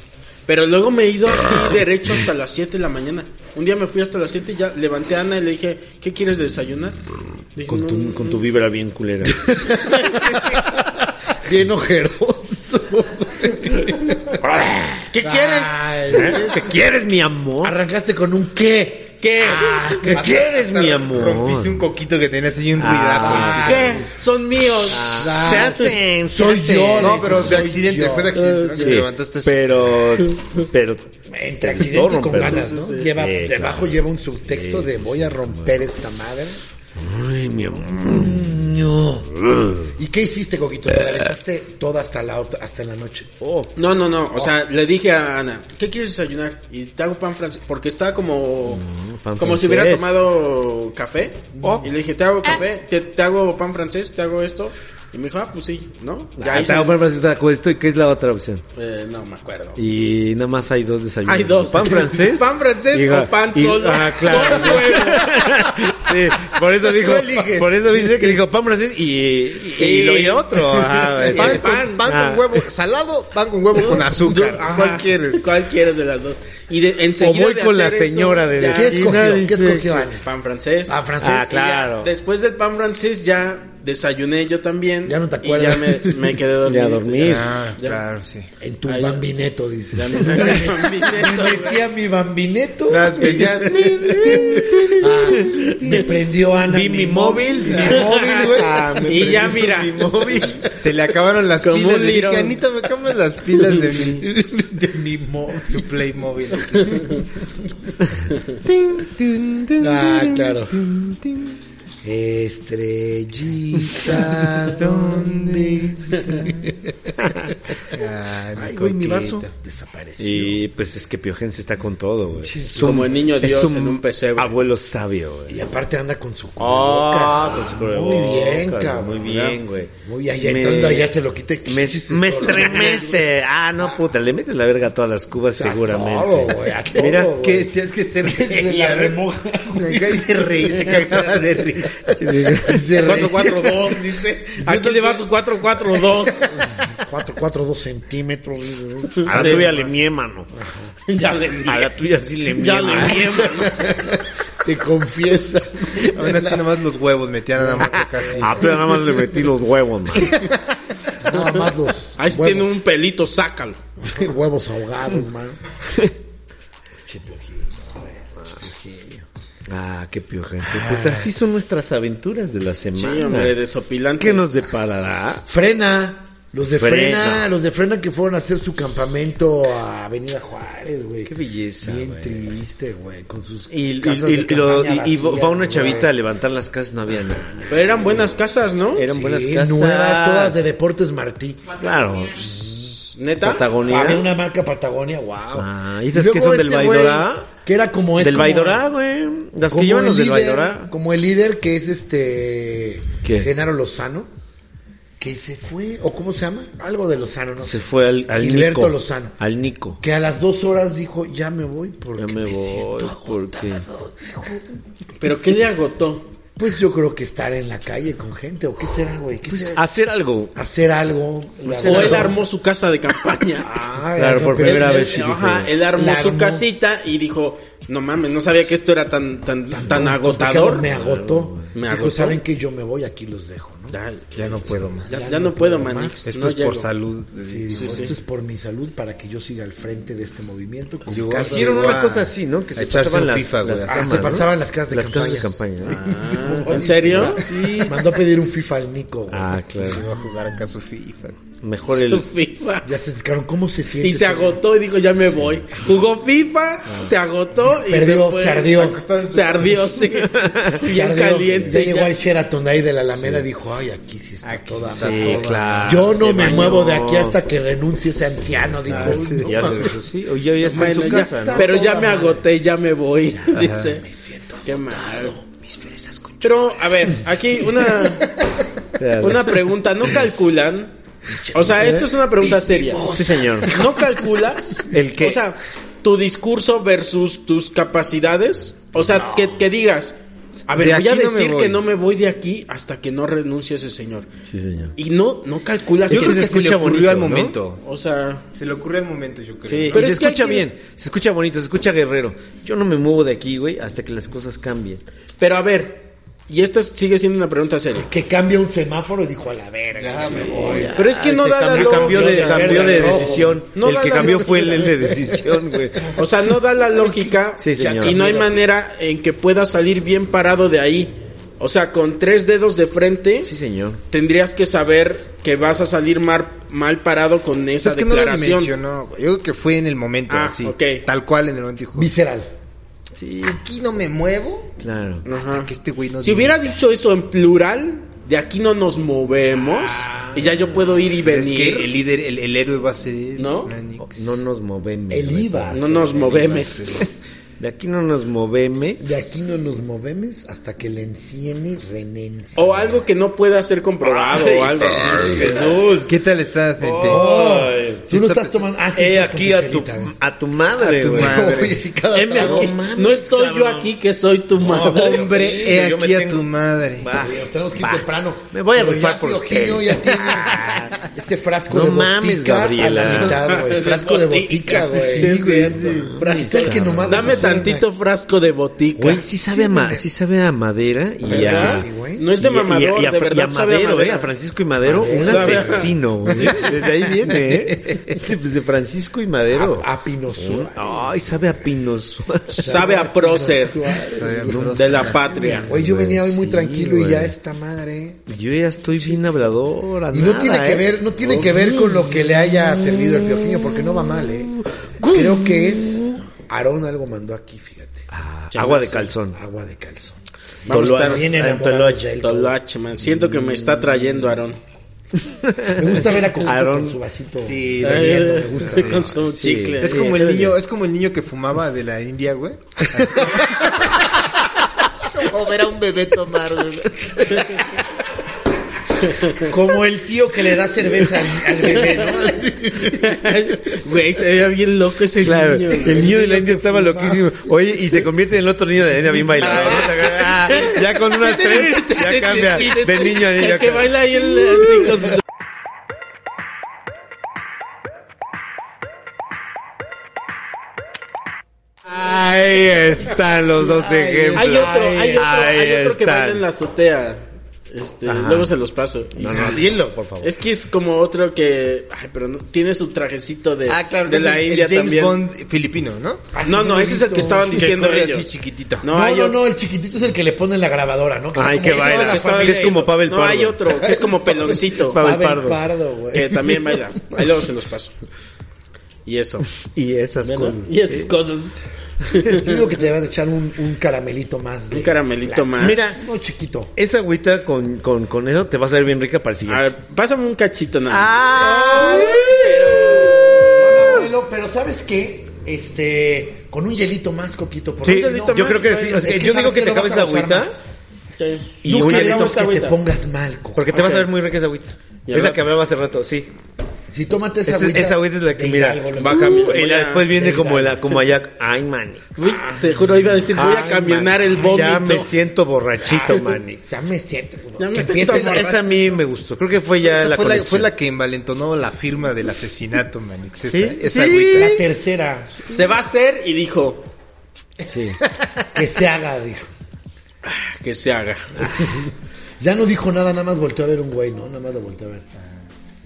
D: Pero luego me he ido así derecho hasta las 7 de la mañana. Un día me fui hasta las 7 y ya levanté a Ana y le dije, ¿qué quieres desayunar? Dije,
C: Con
D: "No,
C: tu, con tu vibra bien culera.
B: Bien ojeroso.
D: ¿Qué quieres?
C: ¿Eh? ¿Qué quieres, mi amor?
B: Arrancaste con un qué.
D: ¿Qué?
C: ¿Qué quieres, mi
A: Rompiste
C: amor?
A: un coquito que tenías ahí un
B: Ah,
A: ruidazo.
C: Ah,
B: pues
A: sí.
D: ¿Qué? Son míos.
C: Se hacen, se
B: Soy
C: hacen.
B: yo.
A: No, pero de accidente,
B: yo.
A: fue de accidente. ¿no? Que
C: Sí,
A: te levantaste así.
C: pero, pero,
B: Entre accidente y con
C: rompes.
B: ganas, ¿no? Lleva,
C: Sí,
B: debajo
C: claro.
B: lleva un subtexto de voy a romper esta madre.
C: Ay, mi amor.
B: No. ¿Y qué hiciste, Coquito? ¿Te levantaste toda hasta la, otra- hasta la noche?
C: Oh,
D: No, no, no. O sea, le dije a Ana, ¿qué quieres desayunar? Y te hago pan francés. Porque estaba como.
C: Mm, pan
D: como si
C: francés.
D: hubiera tomado café.
C: Oh.
D: Y le dije, ¿te hago café? ¿Te, te hago pan francés? ¿Te hago esto? Y me dijo, ah, pues sí, ¿no?
C: ah,
D: Ya hice-
C: está, bueno, pero está con esto y qué es la otra opción.
D: Eh, no me acuerdo.
C: Y nada más hay dos desayunos.
D: Hay dos.
C: Pan francés.
D: Pan francés
C: Y-
D: o pan
C: y-
D: solo.
C: Ah, claro.
D: Con huevo.
C: Sí, por eso dijo,
A: Tú eliges.
C: por eso dice que dijo pan francés y, y,
D: Y-
C: lo y otro. Ajá, sí.
A: Pan, con, pan
C: Ah.
A: con huevo salado, pan con huevo con azúcar. ¿Cuál quieres?
D: ¿Cuál quieres de las dos? Y de,
C: O
D: enseguida
C: voy
D: de
C: con la
D: hacer eso,
C: señora de
D: ya-
C: la
B: ¿Qué
C: esquina,
B: escogió? ¿Qué
C: dice
B: escogió
C: que-
B: Ana?
D: Pan francés.
B: Ah, francés.
C: Ah, claro.
D: Después del pan francés ya desayuné yo también.
B: Ya no te
D: Y ya
B: acuerdas.
D: me, me quedé dormido.
C: Ya dormir.
A: Ah,
D: Ya.
A: claro, sí.
B: En tu
D: Ahí.
B: bambineto, dice.
D: Ya me quedé
B: Me
D: dormido.
B: metí a mi bambineto.
A: Las bellas.
B: Ah, me prendió Ana.
C: Vi mi móvil.
B: Mi móvil, güey.
C: Ah, me
D: Y ya
C: prendí
D: mira.
C: mi móvil.
A: Se le acabaron las
D: Como
A: pilas.
D: un
A: Le dije,
D: lirón.
A: Anita, me cambias las pilas de mi, de mi mo- su Playmobil.
B: Ah, claro. Estrellita, ¿dónde? Ay, güey, mi vaso desapareció.
C: Y pues es que Piojense está con todo, güey.
D: Como el niño Dios
C: Es un
D: en un pesebre.
C: abuelo sabio, güey.
B: Y aparte anda con su cubrebocas.
C: Ah, con su
B: Muy
C: cubrebocas,
B: bien, cabrón.
C: Muy bien, güey.
B: Muy bien, ya
C: Me-
B: entrando allá se lo quité.
C: Me, me estremece. Ah, no, puta, le metes la verga a todas las cubas
B: A
C: seguramente.
B: todo, güey, a todo,
C: Mira,
B: güey.
A: Que decías que se reía.
B: la remoja.
A: Acá y se reía, se cagaba de risa.
B: Se reía.
D: 442, dice. Aquí le vas 442.
B: 4, 4, 2 centímetros.
C: a la tuya le mie, mano.
D: ya le
C: A la tuya sí le mie.
D: Ya le
C: mano.
D: miembro.
B: Te confiesa.
A: Aún así, nada más este los huevos metían nada más acá. así.
C: A la tuya Ah, nada más le metí los huevos, man.
B: Nada más los
D: Ahí sí tiene
B: huevos,
D: un pelito, sácalo.
B: huevos ahogados, man.
C: Ah, qué piojense. Pues así son nuestras aventuras de la
D: Sí,
C: semana.
D: hombre, desopilante.
C: ¿Qué nos deparará?
B: Frena. Los de
G: Frena.
B: frena, los de frena que fueron a hacer su campamento a Avenida Juárez, güey.
C: Qué belleza,
B: Bien
C: güey.
B: triste, güey, con sus
C: Y, y-
B: casas
C: y-
B: de
C: y lo-
B: campaña
C: y- y
B: vacías,
C: va una
B: güey.
C: chavita a levantar las casas, no había nada.
D: Pero eran buenas casas, ¿no?
C: Eran
B: Sí,
C: buenas casas.
B: nuevas, todas de Deportes Martí.
C: Claro.
D: ¿Neta?
B: Había
C: Patagonia.
B: Ah, una marca Patagonia, wow.
C: Ah,
B: Y
C: ¿y esas
B: luego este
C: que son del
B: güey,
C: Vaidorá?
B: Que era como es
C: Del
B: como-
C: Vaidorá, güey. Las
B: como
C: que llevan
B: el
C: los del
B: líder,
C: Vaidorá.
B: Como el líder que es este
C: ¿Qué?
B: Genaro Lozano, que se fue, o cómo se llama, algo de Lozano, no
C: Se
B: sé.
C: fue al, al
B: Gilberto
C: Nico.
B: Lozano.
C: Al Nico.
B: Que a las dos horas dijo, ya me voy porque
C: Ya me
B: me siento
C: voy
B: agotado".
C: porque...
D: ¿Pero qué le agotó?
B: Pues yo creo que estar en la calle con gente, o qué será, güey, qué será.
C: Hacer algo.
B: Hacer algo. la
D: O él
B: verdad.
D: armó su casa de campaña.
B: Ah,
C: Claro, por
B: pero-
C: primera
D: Él-
C: vez sí dijo.
D: Ajá, él armó
B: La
D: su
B: armó.
D: casita y dijo, no mames, no sabía que esto era tan, tan, tan, agotador.
B: Me agotó.
D: Me
B: Me
D: agotó.
B: agotó. Saben que yo me voy, aquí los dejo, ¿no?
D: Ay,
F: Ya no puedo más.
D: Ya, ya no puedo, Manix.
B: más.
F: Esto
D: no
F: es
D: llego.
F: por salud.
B: Sí, digo,
D: sí.
B: Esto es por mi salud para que yo siga al frente de este movimiento. con
F: Yo-
B: casas-
C: Hicieron
F: Llegó
C: una
F: a-
C: cosa así, ¿no? Que
F: a
C: se
F: echarse
C: pasaban
F: un
C: las,
F: FIFA, güey.
C: las
F: Ah,
C: camas,
B: se
C: ¿no?
B: pasaban las casas de
C: Las casas de
B: campaña.
C: campaña.
D: Ah, ¿En serio?
B: Mandó a pedir un FIFA al Nico. güey.
C: Ah,
F: Se
C: claro.
F: va a jugar acá su FIFA.
C: Mejor
D: Su
C: el...
D: FIFA.
B: Ya se explicaron cómo se siente.
D: Y se agotó y dijo, ya me voy. Jugó FIFA, se agotó y
B: Perdió,
D: se, fue.
B: se ardió.
D: Se ardió, sí.
B: Se
D: Bien
B: ardió. Ya
D: caliente.
B: llegó
D: ya.
B: al Sheraton ahí de la Alameda dijo, ay, aquí sí está toda
C: Sí,
B: madre.
C: claro.
B: Yo no
C: Se
B: me
C: bañó. Ah,
B: muevo de aquí hasta que renuncie ese anciano, dijo. "No
C: Ya
B: mames,
C: regresó, sí. O ya, ya está en
D: Bueno,
C: su
D: ya-
C: casa, ¿no?
D: Pero ya
B: Toda
D: me
B: madre.
D: agoté, ya me voy. Dice. Qué mal. Pero, a ver, aquí una, una pregunta. ¿No calculan? O sea, esto es una pregunta seria.
C: Sí, señor.
D: ¿No calculas?
C: ¿El qué?
D: O sea, tu discurso versus tus capacidades. O sea, que, que digas, a ver, voy
F: De
D: a
F: aquí no me
D: decir
F: voy.
D: que no me voy de aquí hasta que no renuncie ese señor.
C: Sí, señor.
D: Y no, no calculas.
C: Yo
D: que
C: creo
D: se
C: que
D: escucha
C: se le ocurrió al
F: ¿no?
C: momento.
D: O sea,
F: Se le ocurre al momento, yo creo.
C: Sí,
D: Pero
C: y se
D: es que hay
C: escucha
D: que-
C: bien, se escucha bonito, se escucha guerrero. Yo no me muevo de aquí, güey, hasta que las cosas cambien.
D: pero a ver. Y esta sigue siendo una pregunta seria.
B: Que cambia un semáforo y dijo, a la verga. sí, voy".
D: Pero es que no
C: Se
D: da la
C: cambió,
D: lógica.
C: cambió de,
B: Yo de
C: cambió de
B: verde a rojo.
C: decisión.
D: No
C: el
D: da
C: que
D: la
C: cambió
D: lógica.
C: fue el, el de decisión, güey.
D: O sea, no da la lógica
C: Sí, señor.
D: y no hay manera en que pueda salir bien parado de ahí. O sea, con tres dedos de frente
C: Sí, señor.
D: tendrías que saber que vas a salir mar- mal parado con esa
F: Pues Es que no lo
D: declaración.
F: dimensionó. güey. Yo creo que fue en el momento,
D: Ah,
F: así.
D: ok.
F: Tal cual en el momento dijo.
B: Visceral.
C: Sí,
F: Aquí no me muevo
C: claro.
D: Ajá.
F: hasta que este güey no
D: si
F: diga.
D: hubiera dicho eso en plural, de aquí no nos movemos y ya yo puedo ir y
F: Es
D: venir.
F: que el líder, el, el héroe va a ser él,
D: ¿No?
F: Manix.
C: No nos movemos.
B: El
C: güey.
B: IVA.
D: No nos movemos.
C: De aquí no nos movemos.
B: De aquí no nos movemos hasta que le enciene renencia.
D: o algo que no pueda ser comprobado
C: Ah,
D: o algo así.
F: Jesús. ¿Qué tal está, gente?
B: Oh,
F: Sí
B: tú no
F: está
B: estás tomando. Ah, es que
C: He
B: estás con
C: Eh, aquí a tu,
B: chelita, güey.
C: a tu madre,
F: tu
C: güey. Em,
F: madre.
B: Oye, si cada
D: Heme
B: trago-
D: aquí. No estoy yo aquí que soy tu madre.
F: Hombre, he
C: Yo me
F: aquí a
C: tengo-
F: tu madre.
C: Va.
B: Oye, tenemos que ir
C: Va.
B: temprano.
C: Me voy a
B: Pero
C: rifar
B: ya
C: por
B: Piojiño
C: ustedes.
B: ya tiene este frasco
C: No
B: de
C: mames,
B: botica
C: Gabriela.
B: a la mitad, güey. Frasco de botica, güey.
D: Sí, es cierto.
B: Es el que nomás
D: Dame
B: nos llena.
D: tantito frasco de botica.
C: Güey, sí sabe, a, ma- sí sabe a madera y
D: ¿Verdad?
C: a...
B: Sí, güey.
D: no es de
C: y a-
D: mamador,
C: y a- y a-
D: de
C: y
D: verdad
C: a
D: sabe a
C: Madero,
D: madera.
C: eh, a Francisco y Madero, un
D: Sabe a-
C: asesino. güey. Desde ahí viene, ¿eh? Desde Francisco y Madero.
A: Ah,
B: A, a Pino Suárez.
C: Ay, sabe a pinos.
D: Sabe a prócer
B: Suárez.
D: de la patria.
B: Oye, yo venía hoy muy
C: Sí,
B: tranquilo
C: güey.
B: y ya esta madre.
C: Yo ya estoy bien hablador. a
B: Y no
C: nada,
B: tiene que
C: ¿eh?
B: ver, no tiene que ver con lo que le haya servido el piojiño, porque no va mal, eh. Creo que es Aarón algo mandó aquí, fíjate.
C: Ah, agua de calzón.
B: Agua de calzón.
D: Vamos a
C: Toloache.
D: estar bien
C: Ah,
B: enamorados
C: Toloache.
B: de él.
D: Toloache, man. Siento que me está trayendo Aarón.
B: Me gusta ver a Coquito
C: Aarón.
B: con su vasito.
F: Sí,
B: bebiendo, me gusta.
D: Eh, Con su
C: Sí.
D: chicle.
F: Es
C: Sí,
F: como el
C: está
F: niño,
C: bien.
F: es como el niño que fumaba de la India, güey. como ver a un bebé tomar, güey.
B: Como el tío que le da cerveza al, al bebé, ¿no?
D: Güey, se veía bien loco ese
C: Claro,
D: niño. güey.
C: el niño de la India estaba loquísimo. Oye, y se convierte en el otro niño de la India bien bailador. Ah, ya con unas tres, ya cambia. De niño a niño.
D: El
C: ya
D: que
C: cambia.
D: baila ahí el, así con sus...
C: Ahí están los dos ejemplos.
D: Hay otro, hay otro, hay
C: Ahí
D: otro que baila
C: están.
D: en la azotea. Este, luego se los paso.
F: No, no, dilo, por favor.
D: Es que es como otro que. Ay, pero no, tiene su trajecito de,
F: Ah, claro,
D: de
F: es
D: la
F: el- el
D: India
F: James
D: también. Ah,
F: Bond filipino, ¿no?
D: No, no, ese es el que estaban diciendo
F: corre
D: ellos.
F: así chiquitito.
D: No,
B: No,
D: hay
B: no,
D: otro.
B: no, el chiquitito es el que le pone la grabadora, ¿no? Que
C: Ay,
B: está
C: que
B: como-
D: Ese es el
C: baila.
D: que estaba
C: Que es
D: diciendo.
C: como Pavel
D: No,
C: Pardo.
D: hay otro, que es como peloncito.
C: Pavel
B: Pavel
C: Pardo.
B: Pardo, güey.
D: que también baila. Ahí luego se los paso. Y eso.
C: Y esas
D: Bueno,
C: cosas.
D: y esas cosas.
B: Yo digo que te debes de echar un, un caramelito más. de-
D: Un caramelito más.
C: Mira,
B: No, chiquito.
C: esa agüita con, con, con eso te va a salir bien rica para el
D: A
C: siguiente.
D: ver, pásame un cachito nada más.
C: Ah.
B: Pero, pero ¿sabes qué? Este, con un hielito más, Coquito. Porque
C: Sí,
B: si no-
C: yo creo que sí. o sea,
B: Es que
C: yo
B: sabes
C: digo que
B: que
C: te
B: lo
C: acabes
B: vas a
C: esa
B: gozar
C: agüita
B: más.
D: Ok.
C: y
B: Nunca
C: un hielito.
D: le
B: queremos
D: esta
B: que te
D: agüita.
B: pongas mal, Coco.
C: Porque te va a
D: Ok.
C: saber muy rica esa agüita.
D: Y
C: Es la
D: al rato.
C: que hablaba hace rato, sí.
B: Si tómate esa
C: Esa,
B: agüita.
C: esa agüita es la que,
B: de
C: mira,
B: Hidalgo, lo-
C: baja.
D: Uh,
C: y
D: voy
C: la-
D: a-
C: después viene como, la, como allá. Ay, mani.
D: Uy, te juro, iba a decir, voy a
C: Ay,
D: camionar
C: mani.
D: el vómito.
C: Ya me siento borrachito, mani.
B: Ya me siento.
D: Ya me
B: que
D: siento
B: empieces
C: Esa,
B: a-
C: esa a mí me gustó. Creo que fue ya
F: Esa
C: la,
F: fue, la, fue
C: colección.
F: la que envalentonó la firma del asesinato, Manix. Esa,
C: Sí,
F: esa
C: sí.
F: agüita.
B: La tercera
D: Se va a hacer y dijo
C: Sí.
B: que se haga, dijo.
D: que se haga.
B: Ya no dijo nada, nada más volteó a ver un güey, ¿no? Nada más lo volteó a ver.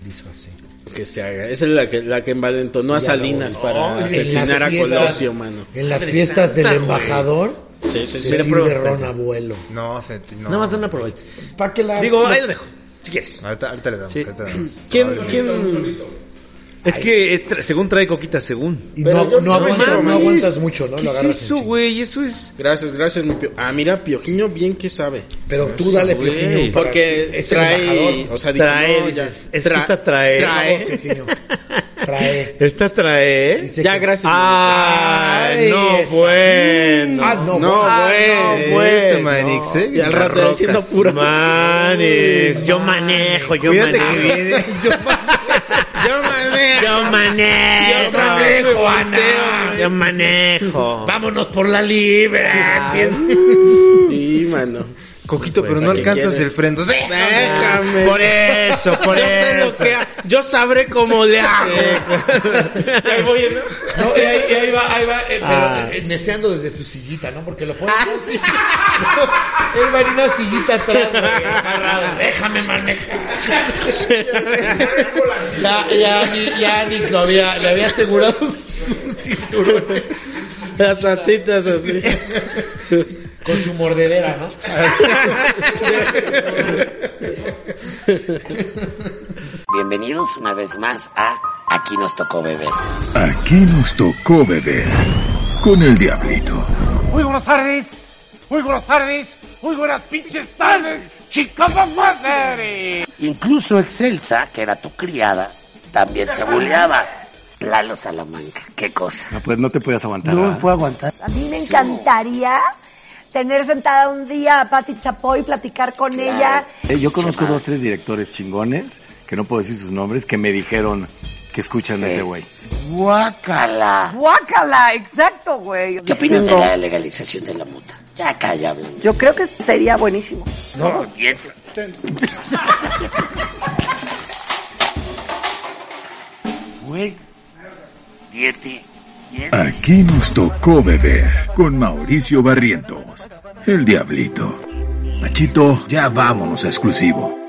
B: Hizo así.
D: Que se haga. Esa es la que, la que envalentonó a
B: Ya
D: Salinas
B: lo-
D: para
B: En las
D: asesinar a
B: fiestas-
D: Colosio, mano.
B: En las fiestas del embajador
D: Sí, sí,
B: se
D: sí.
B: sirve ron abuelo.
F: No, se- no.
C: Nada más dan una probadita.
B: Pa' que la...
C: Digo, ahí lo dejo. Si quieres.
F: Ahorita, ahorita le damos. ahorita le damos.
D: ¿Quién, quién,
C: Es que eh, tra- según trae coquita, según.
B: Y no, no,
C: No
B: aguantas, no
C: mames.
B: aguantas mucho, ¿no?
C: ¿Qué
B: Lo
C: es
B: agarras en
C: eso,
B: chinga.
C: güey? Eso es...
D: Gracias, gracias, mi pio. Ah, mira, Piojiño, bien que sabe.
B: Pero tú dale,
C: güey.
B: Piojiño. para-
D: Porque
B: es el
D: trae,
B: embajador.
D: o sea, dijo,
C: Trae,
D: no, ya.
C: dices, es que esta trae.
D: trae.
B: Piojiño. Trae.
C: Esta trae...
B: Dice
D: Ya,
B: que-
D: gracias.
C: Ay,
B: Ay,
C: no,
B: esta-
C: bueno.
B: Ah, no,
D: no,
B: güey.
D: güey.
F: Ese,
C: bueno.
F: Manix, ¿eh?
D: Y al rato
F: Rocas.
D: diciendo puro.
C: Mane, yo manejo, yo
F: Cuídate que
C: manejo.
F: viene.
D: Yo manejo.
C: Yo manejo.
D: Yo manejo, Ana.
C: Yo manejo.
B: Vámonos por la libre.
D: Ah. Y, mano.
F: Coquito, pero
C: Pues,
F: no
D: ¿qué
F: alcanzas
D: quieres?
F: el freno.
D: Déjame.
C: Por eso, por
D: yo sé lo
C: eso.
D: que ha- yo sabré cómo le hago. Y ahí voy, ¿no?
B: No, y ahí, y ahí va, ahí va, eh, pero eh, neceando desde su sillita, ¿no? Porque lo pone así. Él va en una sillita atrás, güey, amarrado. Déjame manejar. ya, ya, ya, Alex lo había, le había asegurado su cinturón
D: Las patitas así.
B: con su mordedera, ¿no?
H: Bienvenidos una vez más a Aquí nos tocó beber.
A: Aquí nos tocó beber con el diablito.
I: Muy buenas tardes, muy buenas tardes, muy buenas pinches tardes, chicas madre.
H: Incluso Excelsa, que era tu criada, también te buleaba. Lalo Salamanca, qué cosa.
A: No, pues no te puedes aguantar.
H: No me puedo aguantar.
J: A mí me encantaría tener sentada un día a Patti Chapoy, platicar con ella.
A: Eh, yo conozco dos, tres directores chingones, que no puedo decir sus nombres, que me dijeron que escuchan
H: Sí.
A: a ese güey.
H: Guácala.
J: Guácala, exacto, güey.
H: ¿Qué opinas de la legalización de la muta? Ya calla, hablando.
J: Yo creo que sería buenísimo.
H: Güey. Diete.
A: Aquí nos tocó beber con Mauricio Barrientos, el diablito. Machito, ya vámonos a exclusivo.